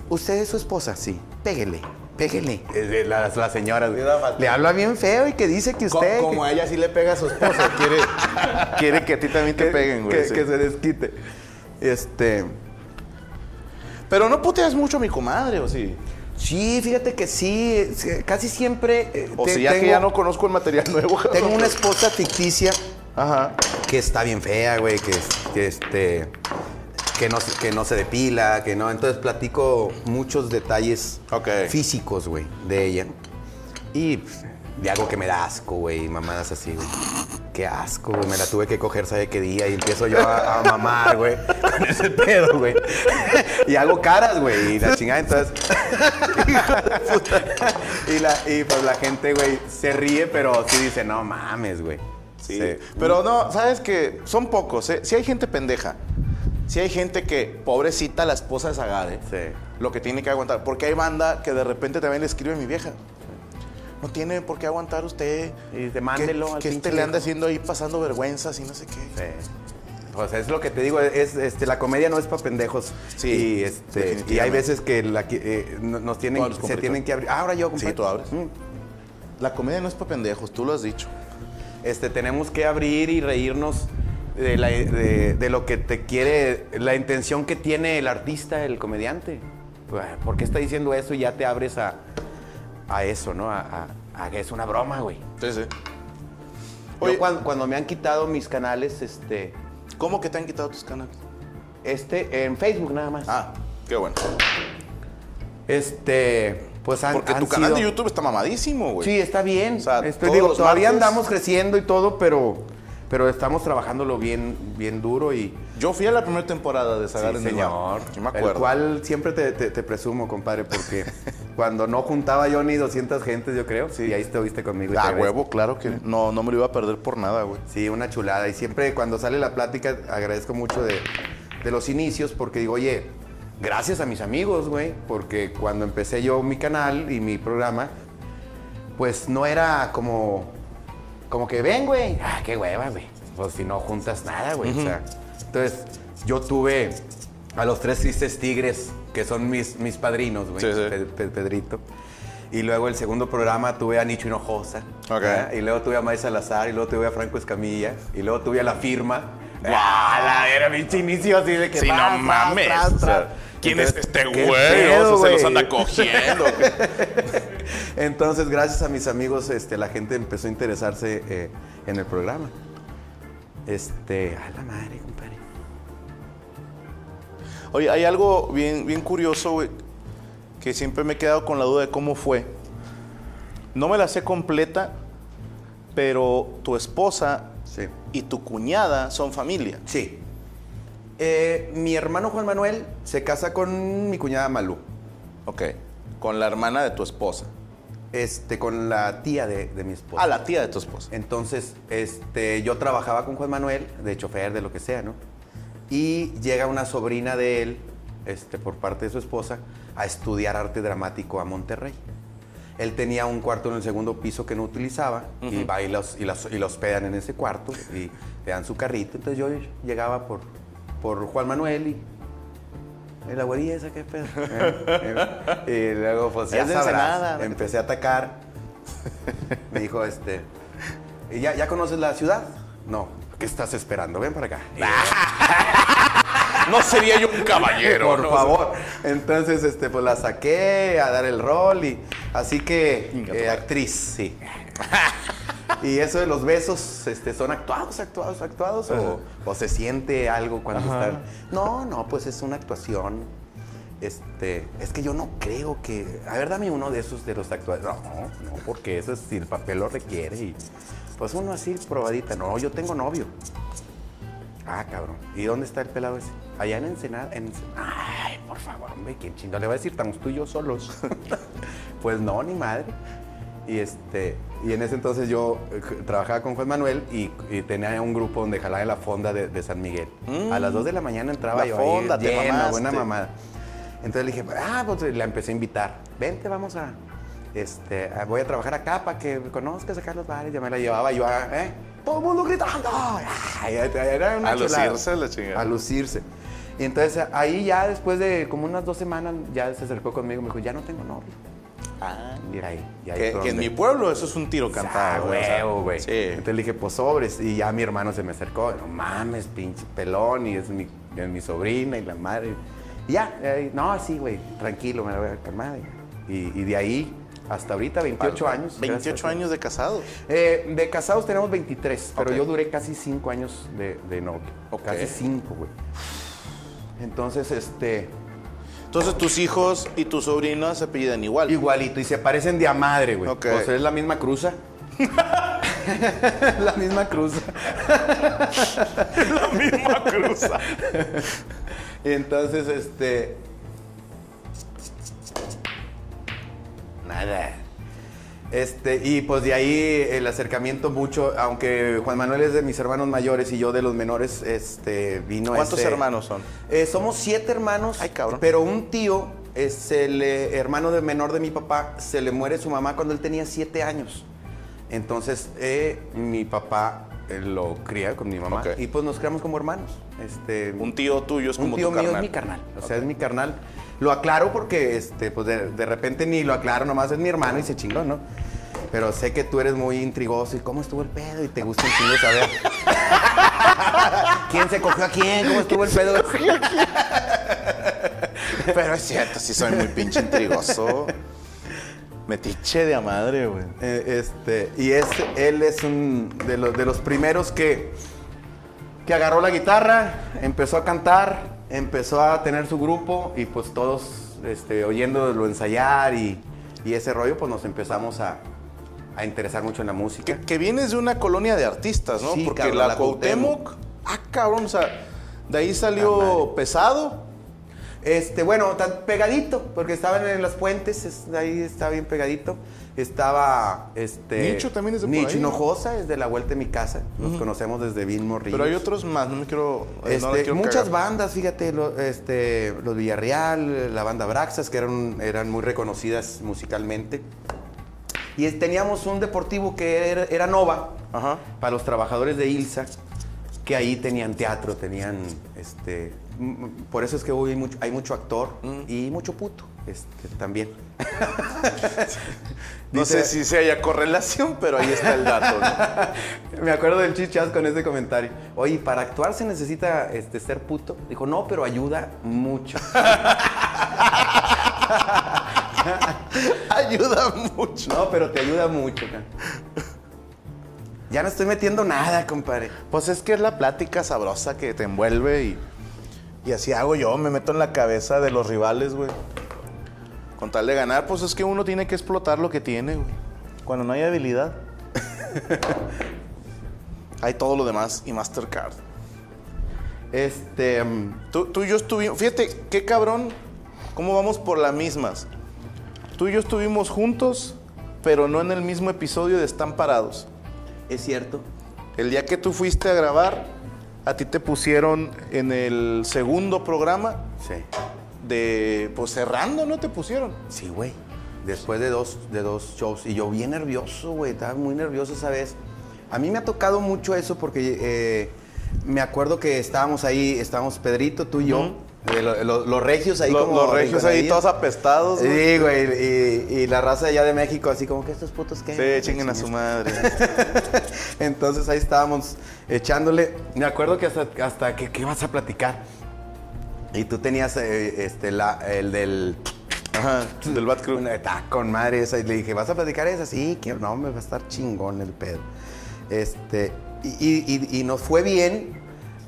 S2: ¿Usted es su esposa? Sí. Pégele, pégele. Es de Las, las señoras, güey.
S1: Cuidado, Fati.
S2: Le habla bien feo y que dice que
S1: Co-
S2: usted.
S1: como
S2: que-
S1: a ella sí le pega a su esposo, quiere, quiere que a ti también te
S2: que-
S1: peguen, güey.
S2: Que,
S1: sí.
S2: que se desquite. Este.
S1: Pero no puteas mucho a mi comadre, o sí.
S2: Sí, fíjate que sí. es- Casi siempre. eh,
S1: O
S2: te-
S1: sea, ya
S2: tengo,
S1: que ya no conozco el material nuevo.
S2: Tengo una esposa ficticia
S1: Ajá.
S2: que está bien fea, güey. Que, es- que este. Que no, se- que no se depila, que no. Entonces platico muchos detalles
S1: Ok.
S2: físicos, güey, de ella. Y pues, le hago que me da asco, güey, y mamadas así, güey. Qué asco, güey. Me la tuve que coger, ¿sabe qué día? Y empiezo yo a, a mamar, güey, con ese pedo, güey. Y hago caras, güey, y la chingada, entonces. y, la, y pues la gente, güey, se ríe, pero sí dice, no mames, güey.
S1: Sí.
S2: Se-
S1: Pero no, sabes que son pocos, ¿eh? Si hay gente pendeja, si hay gente que, pobrecita, la esposa es agave,
S2: Sí.
S1: lo que tiene que aguantar. Porque hay banda que de repente también le escribe a mi vieja. No tiene por qué aguantar usted.
S2: Y dice, "Mándelo
S1: Que,
S2: al
S1: que este
S2: pinche
S1: le anda
S2: viejo".
S1: haciendo ahí pasando vergüenzas y no sé qué.
S2: Sí. O sea, es lo que te digo, es, este, la comedia no es para pendejos.
S1: Sí,
S2: Y, este,
S1: definitivamente.
S2: y hay veces que la que- eh, no- nos tienen,
S1: Tú abres,
S2: se
S1: compadre.
S2: tienen que abrir. Ah, ahora yo, compadre.
S1: Sí, tú abres.
S2: Mm.
S1: La comedia no es para pendejos, tú lo has dicho.
S2: Este, tenemos que abrir y reírnos de, la- de- de lo que te quiere, la intención que tiene el artista, el comediante. Buah, ¿Por qué está diciendo eso y ya te abres a, a eso, no? A, a- a que es una broma, güey.
S1: Sí, sí.
S2: Yo
S1: Oye,
S2: cuan- cuando me han quitado mis canales, este,
S1: ¿cómo que te han quitado tus canales?
S2: este, en Facebook nada más.
S1: Ah, qué bueno.
S2: Este, pues han,
S1: Porque
S2: han
S1: tu canal de
S2: sido-
S1: YouTube está mamadísimo, güey.
S2: Sí, está bien.
S1: O sea,
S2: Estoy-
S1: todos
S2: digo,
S1: los
S2: todavía
S1: martes-
S2: andamos creciendo y todo, pero, pero estamos trabajándolo bien, bien duro y.
S1: Yo fui a la primera temporada de Sagar
S2: Sí,
S1: en
S2: señor.
S1: Yo me acuerdo.
S2: El cual siempre te, te- te presumo, compadre, porque cuando no juntaba yo ni 200 gentes, yo creo, y ahí estuviste conmigo. y
S1: Ah,
S2: te agradezco.
S1: huevo, claro que no, no me lo iba a perder por nada, güey.
S2: Sí, una chulada. Y siempre cuando sale la plática agradezco mucho de, de los inicios porque digo, oye, gracias a mis amigos, güey, porque cuando empecé yo mi canal y mi programa, pues no era como, como que ven, güey, ah, qué hueva, güey. Pues si no juntas nada, güey. o sea, entonces yo tuve a los tres tristes tigres que son mis, mis padrinos, güey,
S1: Sí, sí.
S2: Pe- Pe- Pedrito. Y luego el segundo programa tuve a Nicho Hinojosa.
S1: Ok.
S2: ¿verdad? Y luego tuve a May Salazar, y luego tuve a Franco Escamilla, y luego tuve a La Firma. Eh,
S1: ¡Guau!
S2: la era pinche inicio así de que
S1: Sí,
S2: tras,
S1: no mames.
S2: tras,
S1: o
S2: tras,
S1: sea,
S2: tras.
S1: ¿Quién
S2: Entonces,
S1: es este
S2: ¿qué
S1: güey?
S2: pedo,
S1: O sea, se los
S2: güey?
S1: anda cogiendo.
S2: Entonces, gracias a mis amigos, este, la gente empezó a interesarse eh, en el programa. Este, a la madre, compadre.
S1: Oye, hay algo bien, bien curioso, güey, que siempre me he quedado con la duda de cómo fue. No me la sé completa, pero tu esposa
S2: Sí.
S1: y tu cuñada son familia.
S2: Sí. Eh, mi hermano Juan Manuel se casa con mi cuñada Malú.
S1: Ok. Con la hermana de tu esposa.
S2: Este, con la tía de, de mi esposa.
S1: Ah, la tía de tu esposa.
S2: Entonces, este, yo trabajaba con Juan Manuel, de chofer, de lo que sea, ¿no? Y llega una sobrina de él, este, por parte de su esposa, a estudiar arte dramático a Monterrey. Él tenía un cuarto en el segundo piso que no utilizaba y va y los, y, las- y los pedan en ese cuarto y le dan su carrito. Entonces yo llegaba por, por Juan Manuel y la güerilla esa, qué pedo. Eh, eh, y luego, pues, ya
S1: Es de
S2: sabrás,
S1: Ensenada, ¿no?
S2: empecé a atacar. Me dijo, este, "¿Y ¿ya, ¿ya conoces la ciudad? No. ¿Qué estás esperando? Ven para acá. Ah,
S1: No sería yo un caballero.
S2: Por
S1: ¿no?
S2: favor. Entonces, este, pues la saqué a dar el rol y así que
S1: Inga,
S2: eh,
S1: tu madre.
S2: actriz, sí. y eso de los besos, este, son actuados, actuados, actuados o, o se siente algo cuando están. No, no, pues es una actuación. Este, es que yo no creo que. A ver, dame uno de esos de los actuados. No, no, porque eso es si el papel lo requiere y. Pues uno así probadita. No, yo tengo novio. Ah, cabrón. ¿Y dónde está el pelado ese? Allá en Ensenada. en Ensen- Ay, por favor, hombre, ¿quién chingo le va a decir? Estamos tú y yo solos. pues no, ni madre. Y, este, y en ese entonces yo eh, trabajaba con Juan Manuel y, y tenía un grupo donde jalaba en la fonda de, de San Miguel. A las 2 de la mañana entraba
S1: Mm. La
S2: yo
S1: fonda,
S2: ahí,
S1: te
S2: lleno,
S1: mamaste.
S2: buena mamada. Entonces le dije, ah, pues la empecé a invitar. Vente, vamos a, este, a- voy a trabajar acá para que conozcas acá los bares. Ya me la llevaba yo a, ¿eh? Todo el mundo gritando. Ay, era una
S1: A
S2: chulada.
S1: lucirse la chingada.
S2: A lucirse. Y entonces ahí ya después de como unas dos semanas ya se acercó conmigo y me dijo, ya no tengo novio.
S1: Ah,
S2: Mira ahí. y ahí
S1: que,
S2: fue
S1: que en
S2: donde-
S1: mi pueblo eso es un tiro
S2: cantar,
S1: cantado. Ah, güey, o sea,
S2: Sí. Entonces le dije, pues sobres. Y ya mi hermano se me acercó. No mames, pinche pelón. Y es mi, es mi sobrina y la madre. Y ya, eh, no, sí, güey, tranquilo, me la voy a calmar. Y, y de ahí hasta ahorita, 28 años.
S1: 28
S2: gracias.
S1: años de casados.
S2: Eh, de casados tenemos 23, pero
S1: Ok.
S2: yo duré casi 5 años de, de novio.
S1: Ok.
S2: Casi 5, güey. Entonces, este.
S1: Entonces tus hijos y tus sobrinos se apellidan igual.
S2: Igualito, y se parecen de a madre, güey.
S1: Ok.
S2: O sea, es la misma cruza. la misma cruza.
S1: La misma cruza.
S2: Y entonces, este. Nada. Este, y pues de ahí el acercamiento mucho, aunque Juan Manuel es de mis hermanos mayores y yo de los menores, este, vino
S1: ¿Cuántos
S2: ese-
S1: hermanos son?
S2: Eh, somos siete hermanos.
S1: Ay, cabrón.
S2: Pero un tío, es el eh, hermano de menor de mi papá, se le muere su mamá cuando él tenía siete años. Entonces, eh, mi papá eh, lo cría con mi mamá.
S1: Ok.
S2: Y pues nos criamos como hermanos. Este,
S1: Un tío tuyo es
S2: un
S1: como
S2: tío
S1: tu
S2: mío
S1: carnal.
S2: es mi carnal. O sea, es mi carnal. Lo aclaro porque, este, pues de, de repente ni lo aclaro, nomás es mi hermano y se chingó, ¿no? Pero sé que tú eres muy intrigoso y cómo estuvo el pedo y te gusta un chingo saber. ¿Quién se cogió a quién? ¿Cómo estuvo el pedo?
S1: Pero es cierto, sí soy muy pinche intrigoso. Metiche de a madre, güey.
S2: Eh, este, y es, él es un de los, de los primeros que, que agarró la guitarra, empezó a cantar, empezó a tener su grupo y pues todos este, oyéndolo ensayar y, y ese rollo, pues nos empezamos a, a interesar mucho en la música.
S1: Que, que vienes de una colonia de artistas, ¿no?
S2: Sí,
S1: Porque
S2: cabrón,
S1: la,
S2: la
S1: Cuauhtémoc, ah, cabrón, o sea, de ahí salió pesado.
S2: Este, bueno, tan pegadito, porque estaban en las puentes, es- ahí estaba bien pegadito. Estaba este.
S1: Nicho también es de por
S2: Nicho
S1: ahí, ¿no?
S2: Hinojosa, es de la vuelta de mi casa. Nos conocemos desde bien morrillos.
S1: Pero hay otros más, no me quiero. eh, no la
S2: Este,
S1: quiero
S2: muchas
S1: cagar.
S2: bandas, fíjate, lo- este, los Villarreal, la banda Braxas, que eran, eran muy reconocidas musicalmente. Y es- teníamos un deportivo que era, era Nova,
S1: Ajá.
S2: para los trabajadores de Ilsa, que ahí tenían teatro, tenían, este, m- m- por eso es que hoy hay mucho, hay mucho actor
S1: Mm.
S2: y mucho puto, este, también.
S1: No
S2: Dice-
S1: sé si se haya correlación, pero ahí está el dato, ¿no?
S2: Me acuerdo del chichas con ese comentario. Oye, para actuar se necesita este, ser puto. Dijo, no, pero ayuda mucho.
S1: Ayuda mucho.
S2: No, pero te ayuda mucho, cara. Ya no estoy metiendo nada, compadre.
S1: Pues es que es la plática sabrosa que te envuelve y, y así hago yo, me meto en la cabeza de los rivales, güey. Con tal de ganar, pues es que uno tiene que explotar lo que tiene, güey. Cuando no hay habilidad, hay todo lo demás y Mastercard.
S2: Este. mm,
S1: Tú, tú y yo estuvimos, fíjate, qué cabrón, cómo vamos por las mismas. Tú y yo estuvimos juntos, pero no en el mismo episodio de Están Parados.
S2: Es cierto.
S1: El día que tú fuiste a grabar, a ti te pusieron en el segundo programa
S2: Sí.
S1: de, pues cerrando, ¿no te pusieron?
S2: Sí, güey. Después de dos, de dos shows. Y yo bien nervioso, güey. Estaba muy nervioso esa vez. A mí me ha tocado mucho eso porque eh, me acuerdo que estábamos ahí, estábamos Pedrito, tú y yo. de lo- lo- los regios ahí
S1: Lo-
S2: como...
S1: los regios ahí todos apestados. güey.
S2: Sí, güey. Y, y la raza allá de México así como que estos putos qué.
S1: Sí, chinguen a su madre.
S2: Entonces ahí estábamos echándole. Me acuerdo que hasta, hasta que, ¿qué vas a platicar? Y tú tenías eh, este, la, el del...
S1: Ajá, del Bad Crew.
S2: Una de ta- con madre esa. Y le dije, ¿vas a platicar esa? Sí, que no, me va a estar chingón el pedo. Este, y, y- y- y nos fue bien.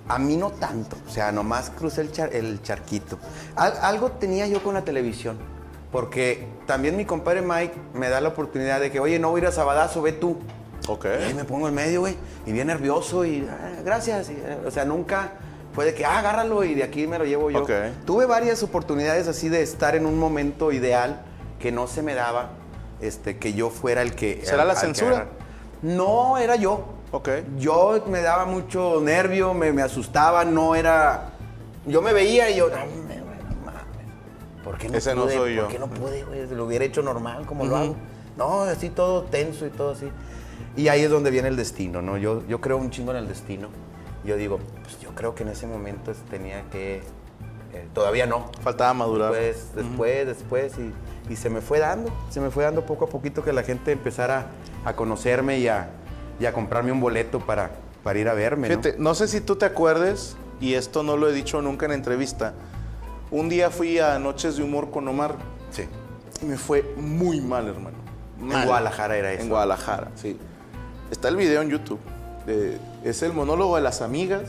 S2: A mí no tanto. O sea, nomás crucé el, char- el charquito. Al- algo tenía yo con la televisión. Porque también mi compadre Mike me da la oportunidad de que, oye, no voy a ir a Sabadazo, ve tú.
S1: Ok.
S2: Y ahí me pongo en medio, güey. Y bien nervioso y "Ah, gracias. y, eh, o sea, nunca fue de que, ah, agárralo y de aquí me lo llevo yo.
S1: Ok.
S2: Tuve varias oportunidades así de estar en un momento ideal que no se me daba este, que yo fuera el que...
S1: ¿Será
S2: al-
S1: la
S2: al que
S1: censura?
S2: agarrar. No, era yo.
S1: Ok.
S2: Yo me daba mucho nervio, me, me asustaba, no era... Yo me veía y yo... "No, me- güey, no mames, ¿Por qué no
S1: Ese no
S2: pude?
S1: soy
S2: ¿Por
S1: yo".
S2: qué no pude, güey? Lo hubiera hecho normal, como lo hago. No, así todo tenso y todo así. Y ahí es donde viene el destino, ¿no? Yo, yo creo un chingo en el destino. Yo digo, pues yo creo que en ese momento tenía que... eh, todavía no.
S1: Faltaba madurar.
S2: Después, después, después. Y, y se me fue dando, se me fue dando poco a poquito que la gente empezara a conocerme y a, y a comprarme un boleto para, para ir a verme. ¿no?
S1: Fíjate, no sé si tú te acuerdes, y esto no lo he dicho nunca en entrevista. Un día fui a Noches de Humor con Omar
S2: Sí.
S1: y me fue muy mal, hermano. Mal.
S2: Guadalajara era eso.
S1: En Guadalajara, sí. Está el video en YouTube. de- es el monólogo de las amigas,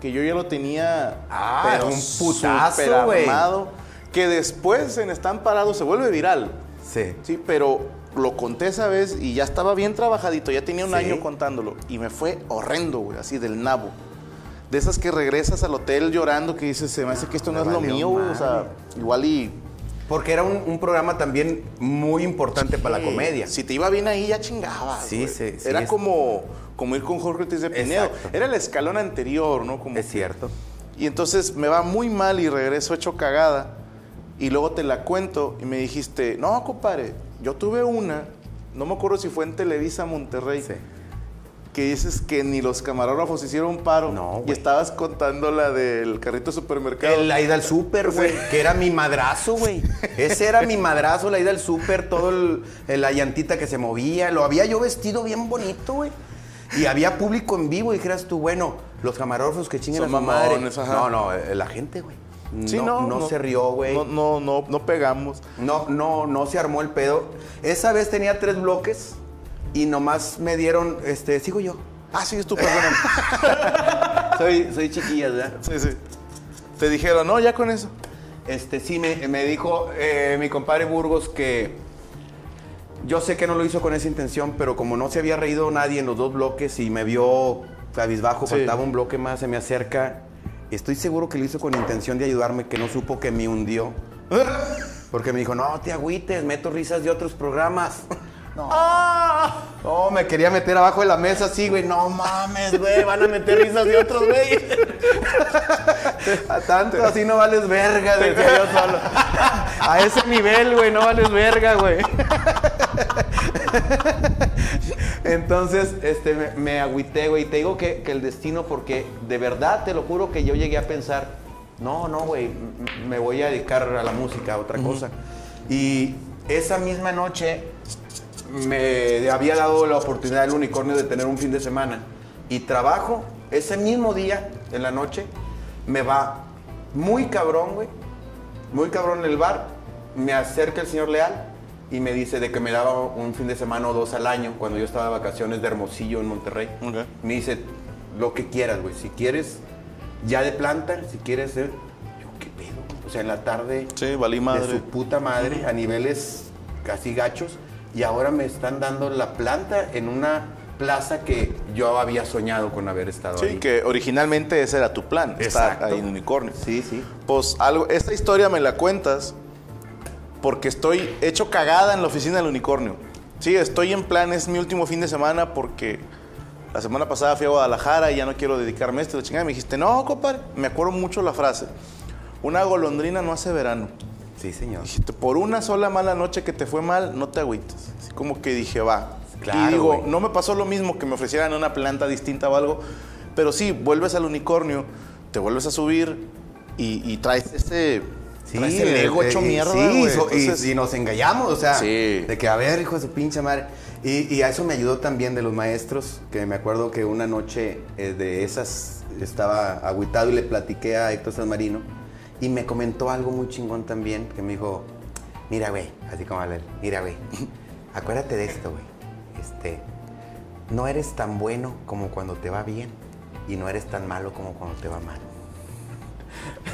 S1: que yo ya lo tenía
S2: Ah, un putazo,
S1: súper
S2: güey.
S1: armado, que después en Están Parados se vuelve viral.
S2: Sí.
S1: Sí, pero lo conté esa vez y ya estaba bien trabajadito, ya tenía un
S2: Sí.
S1: año contándolo. Y me fue horrendo, güey, así del nabo. De esas que regresas al hotel llorando que dices, se me hace que esto no
S2: Ah, me
S1: es lo
S2: valió
S1: mío, güey. O sea,
S2: madre.
S1: igual y.
S2: Porque era un, un programa también muy importante para la
S1: eh,
S2: comedia.
S1: Si te iba bien ahí, ya chingabas.
S2: Sí,
S1: güey.
S2: sí, sí,
S1: Era
S2: es-
S1: como, como ir con Jorge Ortiz de Pinedo.
S2: Exacto.
S1: Era el escalón anterior, ¿no? Como
S2: Es cierto.
S1: Y entonces me va muy mal y regreso hecho cagada. Y luego te la cuento y me dijiste, no, compadre, yo tuve una, no me acuerdo si fue en Televisa Monterrey,
S2: Sí.
S1: que dices que ni los camarógrafos hicieron paro.
S2: No, güey.
S1: y estabas contando la del carrito de supermercado.
S2: El- la ida al súper, güey. Que era mi madrazo, güey. Ese era mi madrazo, la ida al súper, todo el, el- la llantita que se movía. Lo había yo vestido bien bonito, güey. Y había público en vivo y dijeras tú, bueno, los camarógrafos que chingan
S1: Son
S2: a su madre.
S1: mamones, ajá.
S2: No, no, eh, la gente, güey.
S1: Sí,
S2: no, no, se rió, güey.
S1: No, no, no, no pegamos.
S2: No, no, no se armó el pedo. Esa vez tenía tres bloques y nomás me dieron, este, sigo yo.
S1: Ah, sí, es tu perdóname.
S2: Soy, soy chiquilla, ¿verdad?
S1: sí, sí. Te dijeron, no, ya con eso.
S2: Este, sí, me, me dijo eh, mi compadre Burgos que yo sé que no lo hizo con esa intención, pero como no se había reído nadie en los dos bloques y me vio cabizbajo,
S1: Sí.
S2: faltaba un bloque más, se me acerca. Estoy seguro que lo hizo con intención de ayudarme, que no supo que me hundió. Porque me dijo, no, te agüites, meto risas de otros programas. No. No, me quería meter abajo de la mesa así, güey. No mames, güey, van a meter risas de otros, güey. A tanto así no vales verga, decía yo solo. A ese nivel, güey, no vales verga, güey. Entonces, este, me, me agüité, güey. Y Te digo que, que el destino, porque de verdad, te lo juro que yo llegué a pensar, no, no, güey, m- me voy a dedicar a la música, a otra cosa. Y esa misma noche me había dado la oportunidad del unicornio de tener un fin de semana. Y trabajo ese mismo día, en la noche, me va muy cabrón, güey. Muy cabrón en el bar. Me acerca el señor Leal y me dice de que me daba un fin de semana o dos al año cuando yo estaba de vacaciones de Hermosillo en Monterrey.
S1: Ok.
S2: Me dice, lo que quieras, güey. Si quieres, ya de planta, si quieres, eh. yo qué pedo. O sea, en la tarde
S1: Sí, valí
S2: de
S1: madre.
S2: su puta madre a niveles casi gachos y ahora me están dando la planta en una plaza que yo había soñado con haber estado ahí.
S1: Sí, que originalmente ese era tu plan,
S2: Exacto.
S1: estar ahí en Unicornio.
S2: Sí, sí.
S1: Pues algo, esta historia me la cuentas porque estoy hecho cagada en la oficina del unicornio. Sí, estoy en plan, es mi último fin de semana porque la semana pasada fui a Guadalajara y ya no quiero dedicarme a esto. La chingada me dijiste, no, compadre, me acuerdo mucho la frase. Una golondrina no hace verano.
S2: Sí, señor.
S1: Dijiste, por una sola mala noche que te fue mal, no te agüites. Así como que dije, va.
S2: Claro,
S1: y digo,
S2: güey.
S1: no me pasó lo mismo que me ofrecieran una planta distinta o algo, pero sí, vuelves al unicornio, te vuelves a subir y, y traes este. traes el ego
S2: eh,
S1: hecho
S2: eh,
S1: mierda.
S2: Sí,
S1: güey.
S2: so- y-
S1: Entonces,
S2: y, nos engallamos, o sea,
S1: Sí.
S2: de que a ver, hijo de su pinche madre. Y, y a eso me ayudó también de los maestros, que me acuerdo que una noche eh, de esas estaba agüitado y le platiqué a Héctor San Marino y me comentó algo muy chingón también, que me dijo, mira, güey, así como hablar, mira, güey, acuérdate de esto, güey, este, no eres tan bueno como cuando te va bien y no eres tan malo como cuando te va mal.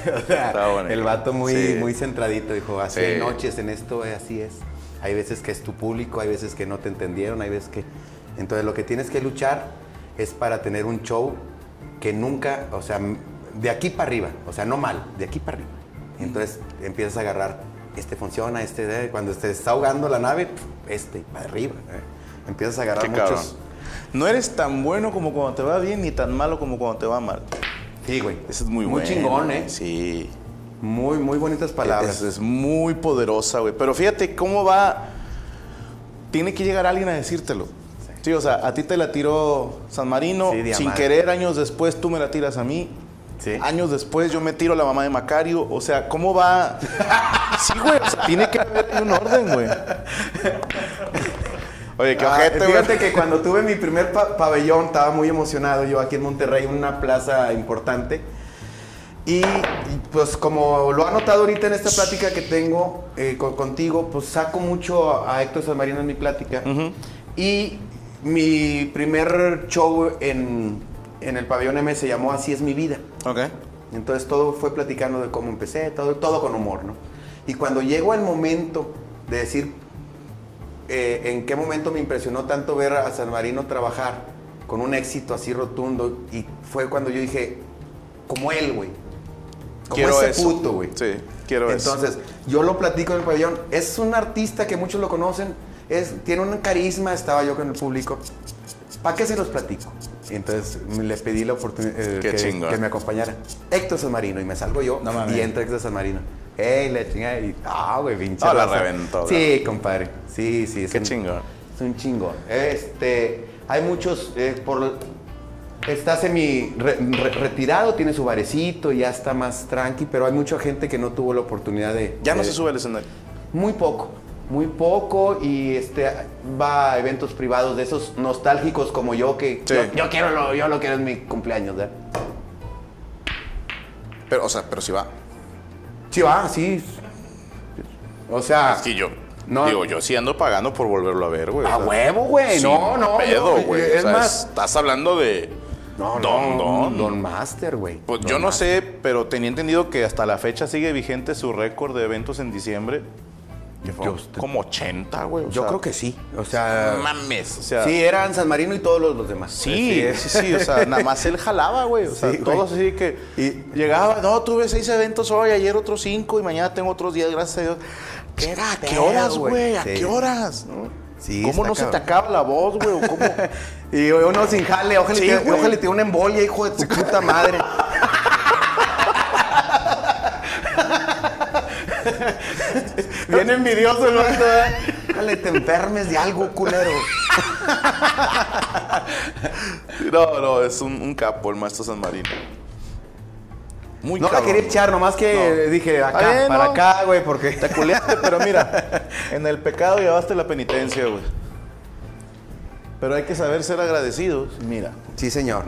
S2: O sea,
S1: Está bonito.
S2: el vato muy,
S1: Sí.
S2: muy centradito dijo, así
S1: Sí.
S2: hay noches en esto, eh, así es. Hay veces que es tu público, hay veces que no te entendieron, hay veces que... Entonces lo que tienes que luchar es para tener un show que nunca, o sea, m- de aquí para arriba, o sea, no mal, de aquí para arriba. Entonces empiezas a agarrar, este funciona, este, eh, cuando te está ahogando la nave, pf, este, para arriba. eh. Empiezas a agarrar
S1: qué cabrón.
S2: muchos...
S1: No eres tan bueno como cuando te va bien, ni tan malo como cuando te va mal.
S2: Sí, güey.
S1: Eso es muy,
S2: Muy
S1: bueno.
S2: chingón, ¿eh?
S1: Sí.
S2: Muy, muy bonitas
S1: Es,
S2: palabras.
S1: es muy poderosa, güey. Pero fíjate cómo va. Tiene que llegar alguien a decírtelo. Sí, o sea, a ti te la tiró San Marino.
S2: Sí, de a
S1: sin
S2: madre.
S1: querer, años después tú me la tiras a mí.
S2: Sí.
S1: Años después yo me tiro a la mamá de Macario. O sea, ¿cómo va? sí, güey. O sea, tiene que haber un orden, güey. Oye, qué
S2: Ah,
S1: ojete, güey.
S2: fíjate que cuando tuve mi primer pa- pabellón estaba muy emocionado yo aquí en Monterrey, una plaza importante. Y, y, pues como lo ha notado ahorita en esta plática que tengo eh, co- contigo, pues saco mucho a, a Héctor San Marino en mi plática. Y mi primer show en, en el pabellón M se llamó Así es mi vida.
S1: Ok.
S2: Entonces todo fue platicando de cómo empecé, todo, todo con humor, ¿no? Y cuando llegó el momento de decir eh, en qué momento me impresionó tanto ver a San Marino trabajar con un éxito así rotundo, y fue cuando yo dije, como él, güey. Como
S1: Quiero
S2: ese
S1: eso.
S2: puto, güey.
S1: Sí, quiero eso.
S2: Entonces, yo lo platico en el pabellón. Es un artista que muchos lo conocen. Es, tiene un carisma, estaba yo con el público. ¿Para qué se los platico? Y entonces me- le pedí la oportunidad
S1: Qué
S2: que,
S1: chingón.
S2: que me acompañara. Héctor San Marino, y me salgo yo.
S1: No mames.
S2: Y entra Héctor San Marino. ¡Ey, la chingada! y- ¡Ah, güey, pinche!
S1: No, la
S2: raza.
S1: reventó,
S2: Sí, compadre. Sí, sí. es
S1: Qué
S2: un-
S1: chingón.
S2: Es un chingón. Este, hay muchos, eh, por, está semi re- re- retirado, tiene su barecito, ya está más tranqui, pero hay mucha gente que no tuvo la oportunidad de...
S1: Ya no
S2: de-
S1: se sube al escenario.
S2: Muy poco, muy poco y este, va a eventos privados de esos nostálgicos como yo que...
S1: Sí.
S2: Yo, yo quiero lo, yo lo quiero en mi cumpleaños, ¿verdad?
S1: Pero, o sea, pero si va.
S2: Sí, va, sí. O sea...
S1: Es que yo.
S2: No.
S1: Digo, yo sí ando pagando por volverlo a ver, güey.
S2: A
S1: O sea,
S2: huevo, güey.
S1: sin
S2: no, no.
S1: Pedo,
S2: no,
S1: güey.
S2: Es
S1: O sea,
S2: más...
S1: Estás hablando de.
S2: No,
S1: don,
S2: no,
S1: don.
S2: Don Master, güey.
S1: Pues
S2: Don
S1: yo no
S2: Master.
S1: sé, pero tenía entendido que hasta la fecha sigue vigente su récord de eventos en diciembre. Que fueron
S2: Yo te-
S1: como 80, güey.
S2: Yo creo que sí. O sea,
S1: No mames. O sea,
S2: sí, eran San Marino y todos los, los demás.
S1: Sí, sí, sí, o sea, nada más él jalaba, güey. O sea,
S2: Sí, güey.
S1: todos así que
S2: Y-
S1: llegaba, no, tuve seis eventos hoy, ayer otros cinco y mañana tengo otros diez, gracias a Dios. ¿Qué, ¿A qué
S2: pedo,
S1: horas,
S2: güey?
S1: güey? ¿A
S2: Sí.
S1: qué horas? ¿No?
S2: Sí,
S1: ¿Cómo
S2: está
S1: no se te
S2: cabrón.
S1: acaba la voz, güey? ¿O ¿Cómo?
S2: Y uno sin jale, ojalá,
S1: Sí,
S2: te,
S1: güey.
S2: ojalá te dé una embolia, hijo de tu puta madre. Bien envidioso el vato, ¿eh? Ojalá te enfermes de algo, culero.
S1: No, no, es un, un capo el maestro San Marino. Muy
S2: No la
S1: cabrón.
S2: quería echar, nomás que
S1: No.
S2: dije acá,
S1: Está bien,
S2: para
S1: ¿no?
S2: acá, güey, porque.
S1: Te culeaste, pero mira, en el pecado llevaste la penitencia, güey. Pero hay que saber ser agradecidos. Mira.
S2: Sí, señor.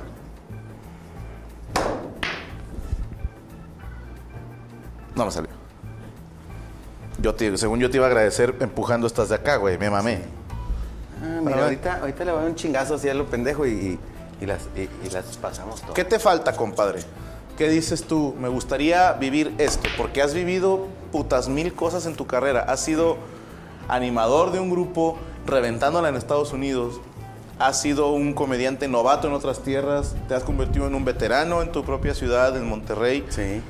S1: No me salió. Yo te- según yo te iba a agradecer empujando estas de acá, güey. Me mamé.
S2: Ah,
S1: Para ver.
S2: mira, ahorita, ahorita le voy a dar un chingazo así a lo pendejo y, y- y las, y, y las pasamos todas.
S1: ¿Qué te falta, compadre? ¿Qué dices tú? Me gustaría vivir esto, porque has vivido putas mil cosas en tu carrera. Has sido animador de un grupo, reventándola en Estados Unidos. Has sido un comediante novato en otras tierras. Te has convertido en un veterano en tu propia ciudad, en Monterrey.
S2: Sí.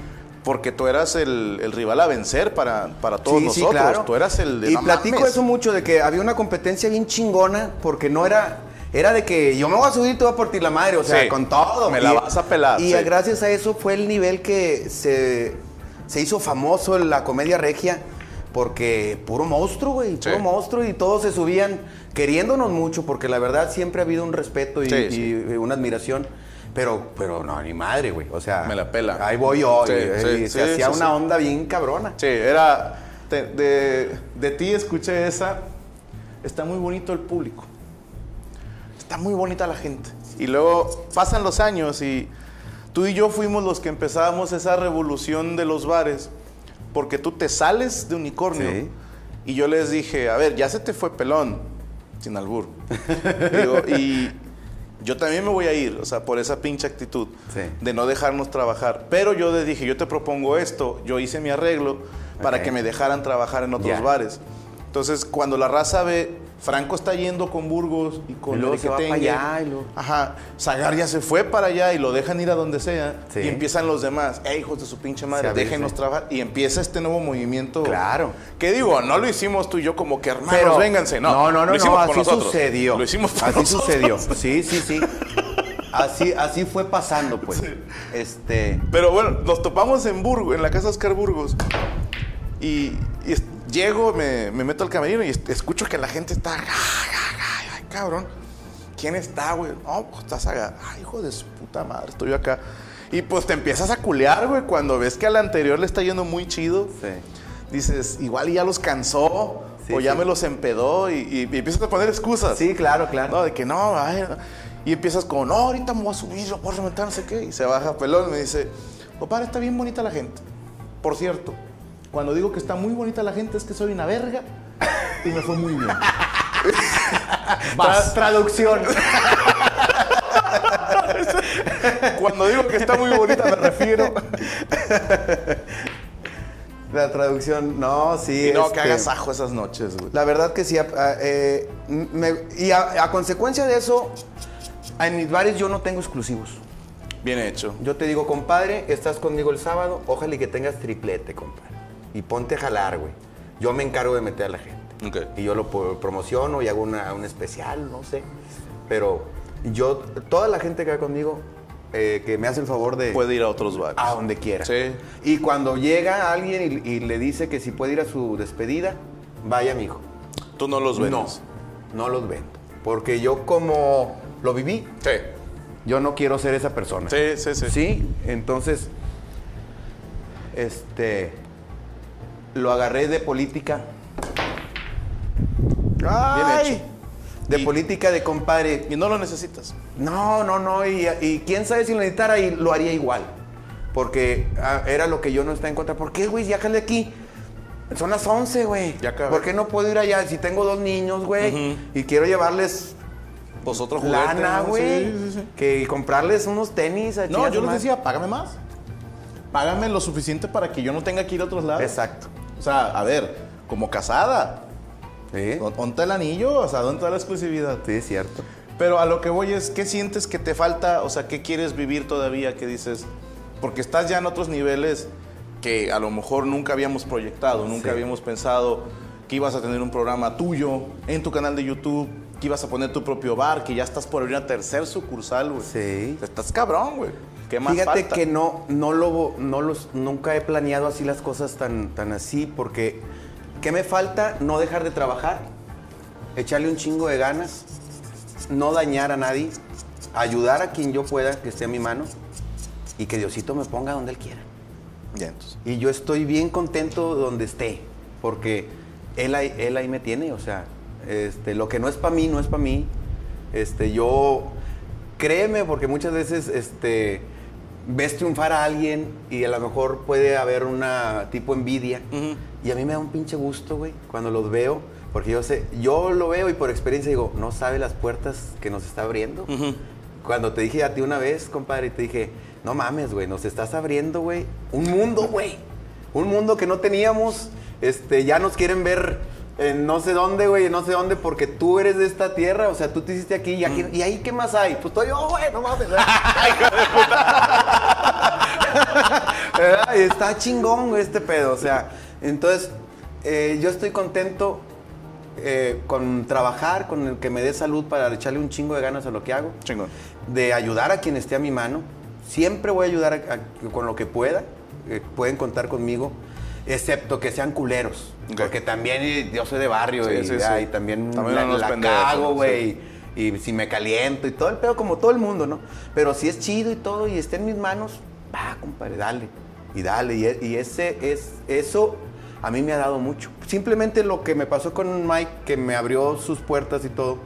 S1: Porque tú eras el, el rival a vencer para, para todos
S2: Sí, sí,
S1: nosotros.
S2: claro.
S1: Tú eras el de
S2: Y
S1: "No
S2: platico
S1: mames".
S2: eso mucho de que había una competencia bien chingona porque no era era de que yo me voy a subir y tú vas a partir la madre, o sea,
S1: Sí,
S2: con todo.
S1: me la
S2: Y-
S1: vas a pelar,
S2: Y
S1: sí.
S2: a- gracias a eso fue el nivel que se se hizo famoso en la comedia regia. Porque puro monstruo, güey, puro
S1: Sí.
S2: monstruo y todos se subían queriéndonos mucho, porque la verdad siempre ha habido un respeto y,
S1: Sí,
S2: y
S1: sí.
S2: una admiración. Pero, pero no, ni madre, güey. O sea,
S1: Me la pela.
S2: Ahí voy yo.
S1: Sí,
S2: y- y
S1: sí,
S2: se
S1: sí,
S2: hacía
S1: sí,
S2: una
S1: sí.
S2: onda bien cabrona.
S1: Sí, era. te- de, de ti escuché esa. Está muy bonito el público. Está muy bonita la gente. Y luego pasan los años y tú y yo fuimos los que empezábamos esa revolución de los bares. Porque tú te sales de unicornio.
S2: Sí.
S1: Y yo les dije, a ver, ya se te fue pelón. Sin albur. Digo, y yo también me voy a ir, o sea, por esa pinche actitud
S2: Sí.
S1: de no dejarnos trabajar. Pero yo les dije, yo te propongo esto, yo hice mi arreglo para
S2: Ok.
S1: que me dejaran trabajar en otros
S2: Ya.
S1: bares. Entonces, cuando la raza ve, Franco está yendo con Burgos y con
S2: Y luego se va
S1: Uriquetengue.
S2: para allá, y luego-
S1: Ajá, Zagar ya se fue para allá y lo dejan ir a donde sea.
S2: Sí.
S1: Y empiezan los demás, ¡eh, hijos de su pinche madre!
S2: abrirse.
S1: Déjenos trabajar. Y empieza este nuevo movimiento.
S2: Claro.
S1: ¿Qué digo? No lo hicimos tú y yo como que hermanos,
S2: Pero-
S1: vénganse. No,
S2: no, no, no,
S1: lo hicimos
S2: no,
S1: por
S2: así
S1: nosotros.
S2: sucedió.
S1: Lo hicimos por
S2: Así
S1: nosotros.
S2: sucedió. Sí, sí, sí. Así, así fue pasando, pues. Este.
S1: Pero bueno, nos topamos en Burgo, en la casa Oscar Burgos. Y, y es- llego, me, me meto al camerino y es- escucho que la gente está. "Ah, ah, ah", Ay, cabrón. ¿Quién está, güey? No, pues estás acá. Ay, hijo de su puta madre, estoy yo acá. Y pues te empiezas a culear, güey, cuando ves que al anterior le está yendo muy chido.
S2: este,
S1: Dices, igual y ya los cansó,
S2: Sí,
S1: o ya
S2: sí.
S1: me los empedó, y, y- y empiezas a poner excusas.
S2: Sí, claro, claro.
S1: No, de que no, ay, no. Y empiezas como, no, ahorita me voy a subir, lo voy a reventar, no sé qué. Y se baja pelón y me dice, papá, está bien bonita la gente. Por cierto, cuando digo que está muy bonita la gente es que soy una verga y me fue muy bien.
S2: Tra- traducción.
S1: Cuando digo que está muy bonita me refiero.
S2: La traducción. No, sí.
S1: Y no, que
S2: este,
S1: hagas ajo esas noches, güey.
S2: La verdad que sí. a- a- eh, me- y a, a consecuencia de eso, en mis bares yo no tengo exclusivos.
S1: Bien hecho.
S2: Yo te digo, compadre, estás conmigo el sábado, ojalá y que tengas triplete, compadre. Y ponte a jalar, güey. Yo me encargo de meter a la gente.
S1: Ok.
S2: Y yo lo po- promociono y hago una- un especial, no sé. Pero yo, toda la gente que va conmigo, eh, que me hace el favor de...
S1: Puede ir a otros bares.
S2: A donde quiera.
S1: Sí.
S2: Y cuando llega alguien y, y le dice que si puede ir a su despedida, vaya, mijo.
S1: Tú no los ves.
S2: No, no los vendo. Porque yo como lo viví,
S1: Sí.
S2: yo no quiero ser esa persona.
S1: Sí, sí, sí.
S2: Sí, entonces, este, lo agarré de política.
S1: hecho.
S2: De
S1: Y-
S2: política de compadre.
S1: Y no lo necesitas.
S2: No, no, no. Y, y quién sabe si lo necesitara y lo haría igual. Porque ah, era lo que yo no estaba en contra. ¿Por qué, güey? Ya jale aquí. Son las 11, güey.
S1: Ya acabé.
S2: ¿Por qué no puedo ir allá? Si tengo dos niños, güey. Y quiero llevarles
S1: Vosotros juguete.
S2: lana,
S1: ¿no?
S2: güey.
S1: Sí, sí, sí.
S2: Que comprarles unos tenis. a
S1: No,
S2: chingar
S1: yo
S2: su
S1: les
S2: madre.
S1: decía, págame más. Págame lo suficiente para que yo no tenga que ir a otros lados.
S2: Exacto.
S1: O sea, a ver, como casada,
S2: Sí,
S1: ¿dó- ¿dónde está el anillo? O sea, ¿dónde está la exclusividad?
S2: sí, es cierto.
S1: Pero a lo que voy es, ¿qué sientes que te falta? O sea, ¿qué quieres vivir todavía? ¿Qué dices? Porque estás ya en otros niveles que a lo mejor nunca habíamos proyectado, nunca
S2: Sí.
S1: habíamos pensado que ibas a tener un programa tuyo en tu canal de YouTube, que ibas a poner tu propio bar, que ya estás por abrir una tercer sucursal, güey.
S2: Sí.
S1: Estás cabrón, güey. ¿Qué más
S2: Fíjate
S1: falta?
S2: que no, no lo, no los, nunca he planeado así las cosas tan, tan así, porque ¿qué me falta? No dejar de trabajar, echarle un chingo de ganas, no dañar a nadie, ayudar a quien yo pueda, que esté a mi mano, y que Diosito me ponga donde Él quiera.
S1: Ya, entonces.
S2: Y yo estoy bien contento donde esté, porque él ahí, él ahí me tiene, o sea, este, lo que no es para mí, no es para mí. Este, yo, créeme, porque muchas veces este, ves triunfar a alguien y a lo mejor puede haber una tipo envidia. Y a mí me da un pinche gusto, güey, cuando los veo, porque yo sé, yo lo veo y por experiencia digo, no sabe las puertas que nos está abriendo. Cuando te dije a ti una vez, compadre, y te dije, no mames, güey, nos estás abriendo, güey, un mundo, güey. Un mundo que no teníamos. Este, ya nos quieren ver en no sé dónde, güey, en no sé dónde, porque tú eres de esta tierra, o sea, tú te hiciste aquí, y, aquí, ¿y ahí qué más hay? Pues estoy yo, güey, no mames. ¿verdad? Y está chingón, güey, este pedo, o sea. Entonces, eh, yo estoy contento eh, con trabajar, con el que me dé salud para echarle un chingo de ganas a lo que hago
S1: Chingón.
S2: de ayudar a quien esté a mi mano. Siempre voy a ayudar a- a- con lo que pueda. eh, pueden contar conmigo. excepto que sean culeros.
S1: Ok.
S2: Porque también eh, yo soy de barrio
S1: Sí,
S2: y,
S1: sí, sí.
S2: ay, también,
S1: También
S2: la,
S1: uno no es
S2: la
S1: pendejo,
S2: cago,
S1: sí.
S2: güey. Y si me caliento y todo el pedo, como todo el mundo, ¿no? Pero si es chido y todo y está en mis manos, va, compadre, dale. Y dale. Y, e- y ese es eso a mí me ha dado mucho. Simplemente lo que me pasó con Mike, que me abrió sus puertas y todo,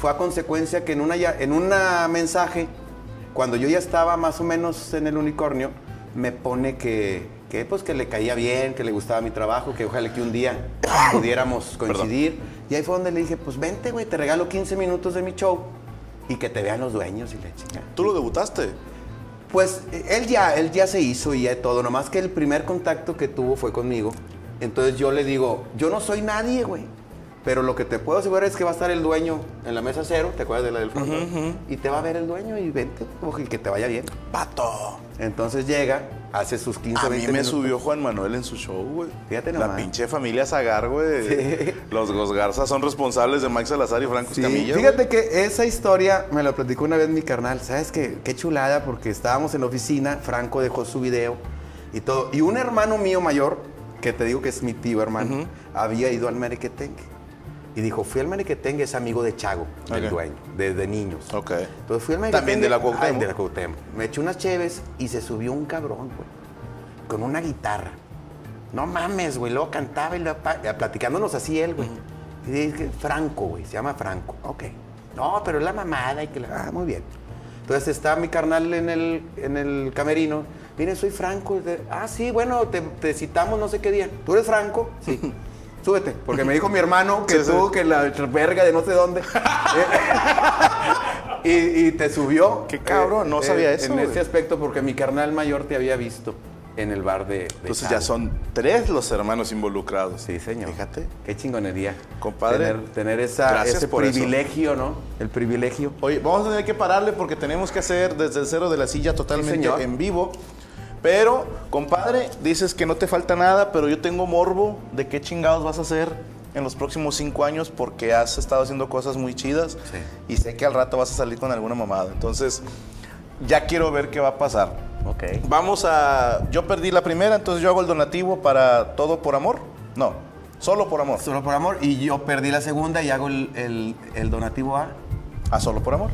S2: fue a consecuencia que en una, ya- en una mensaje, cuando yo ya estaba más o menos en el unicornio, me pone que, que, pues, que le caía bien, que le gustaba mi trabajo, que ojalá que un día pudiéramos coincidir. Y ahí fue donde le dije, pues vente, güey, te regalo 15 minutos de mi show y que te vean los dueños y la chica.
S1: ¿Tú lo debutaste?
S2: Pues eh, él ya, él ya se hizo y ya todo, nomás que el primer contacto que tuvo fue conmigo. Entonces yo le digo, yo no soy nadie, güey. Pero lo que te puedo asegurar es que va a estar el dueño en la mesa cero, ¿te acuerdas de la del fondo? Y te va a ver el dueño y vente, ojo, y que te vaya bien.
S1: Pato.
S2: Entonces llega, hace sus 15,
S1: A
S2: 20
S1: mí me
S2: minutos.
S1: subió Juan Manuel en su show, güey.
S2: Fíjate
S1: La
S2: nomás.
S1: pinche familia Zagar, güey.
S2: Sí.
S1: Los Gosgarza son responsables de Mike Salazar y Franco
S2: Sí,
S1: Escamilla.
S2: fíjate que esa historia me la platicó una vez mi carnal. ¿Sabes qué? Qué chulada, porque estábamos en la oficina, Franco dejó su video y todo. Y un hermano mío mayor, que te digo que es mi tío hermano, había ido al merequetengue. Y dijo, fui al merequetengue, es amigo de Chago,
S1: Ok.
S2: del dueño, desde niños.
S1: güey. Ok.
S2: Entonces fui al merequetengue.
S1: También de la Cuauhtémoc.
S2: Ah, de la Cuauhtémoc. Me eché unas cheves y se subió un cabrón, güey, con una guitarra. No mames, güey. Luego cantaba y luego pa- platicándonos así él, güey. Y dije, Franco, güey. Se llama Franco. Ok. No, pero es la mamada y que la... Ah, muy bien. Entonces está mi carnal en el, en el camerino. Mire, soy Franco. Y de- ah, sí, bueno, te, te citamos no sé qué día. ¿Tú eres Franco? Sí. Súbete. Porque me dijo mi hermano que
S1: Sí, sí.
S2: tú, que la verga de no sé dónde. Eh, y, y te subió. eh,
S1: Qué cabrón, no sabía eso,
S2: En
S1: güey.
S2: este aspecto, porque mi carnal mayor te había visto en el bar de. de
S1: Entonces ya
S2: Chavo.
S1: son tres los hermanos involucrados.
S2: Sí, señor.
S1: Fíjate.
S2: Qué chingonería.
S1: Compadre,
S2: Tener, tener esa-
S1: gracias
S2: ese
S1: por eso.
S2: privilegio, ¿no? El privilegio.
S1: Oye, vamos a tener que pararle porque tenemos que hacer desde el cero de la silla totalmente
S2: señor.
S1: en vivo. Pero, compadre, dices que no te falta nada, pero yo tengo morbo de qué chingados vas a hacer en los próximos cinco años porque has estado haciendo cosas muy chidas
S2: Sí.
S1: y sé que al rato vas a salir con alguna mamada. Entonces, ya quiero ver qué va a pasar.
S2: Ok.
S1: Vamos a... Yo perdí la primera, entonces yo hago el donativo para todo por amor. No, solo por amor.
S2: Solo por amor. Y yo perdí la segunda y hago el, el- el donativo a.
S1: A Ah, solo por amor.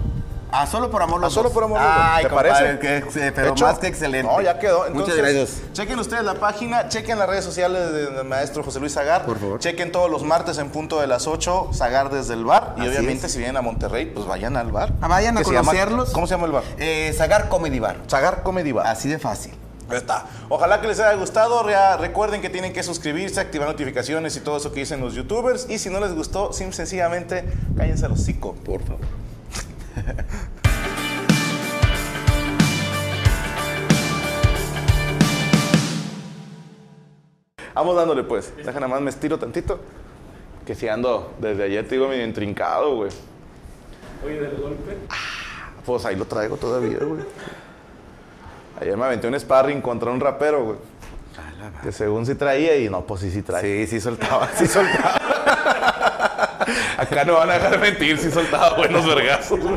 S2: A solo por amor.
S1: A
S2: los
S1: solo
S2: dos.
S1: por amor.
S2: Ay,
S1: ¿Te
S2: compadre,
S1: parece?
S2: que- eh, pero
S1: Hecho.
S2: más que excelente.
S1: No, ya quedó.
S2: Muchas
S1: Entonces,
S2: gracias.
S1: Chequen ustedes la página, chequen las redes sociales de- del maestro José Luis Zagar.
S2: Por favor.
S1: Chequen todos los martes en punto de las 8, Zagar desde el bar. Y
S2: Así
S1: obviamente,
S2: es.
S1: si vienen a Monterrey, pues vayan al bar.
S2: Ah, vayan a
S1: se llama-
S2: conocerlos.
S1: ¿Cómo se llama el bar?
S2: Eh, Sagar Comedy Bar.
S1: Zagar Comedy Bar.
S2: Así de fácil.
S1: Ahí está. Ojalá que les haya gustado. Rea- recuerden que tienen que suscribirse, activar notificaciones y todo eso que dicen los youtubers. Y si no les gustó, sim- sencillamente cállense el hocico. Por favor. Vamos dándole pues. Deja nada más me estiro tantito. Que si ando desde ayer te digo medio intrincado, güey. Oye, del golpe. pues ahí lo traigo todavía, güey. Ayer me aventé un sparring contra un rapero, güey. Que según sí traía y no, pues sí, sí traía.
S2: Sí, sí, soltaba.
S1: Sí, soltaba. Acá no van a dejar mentir, sí soltaba buenos vergazos. güey.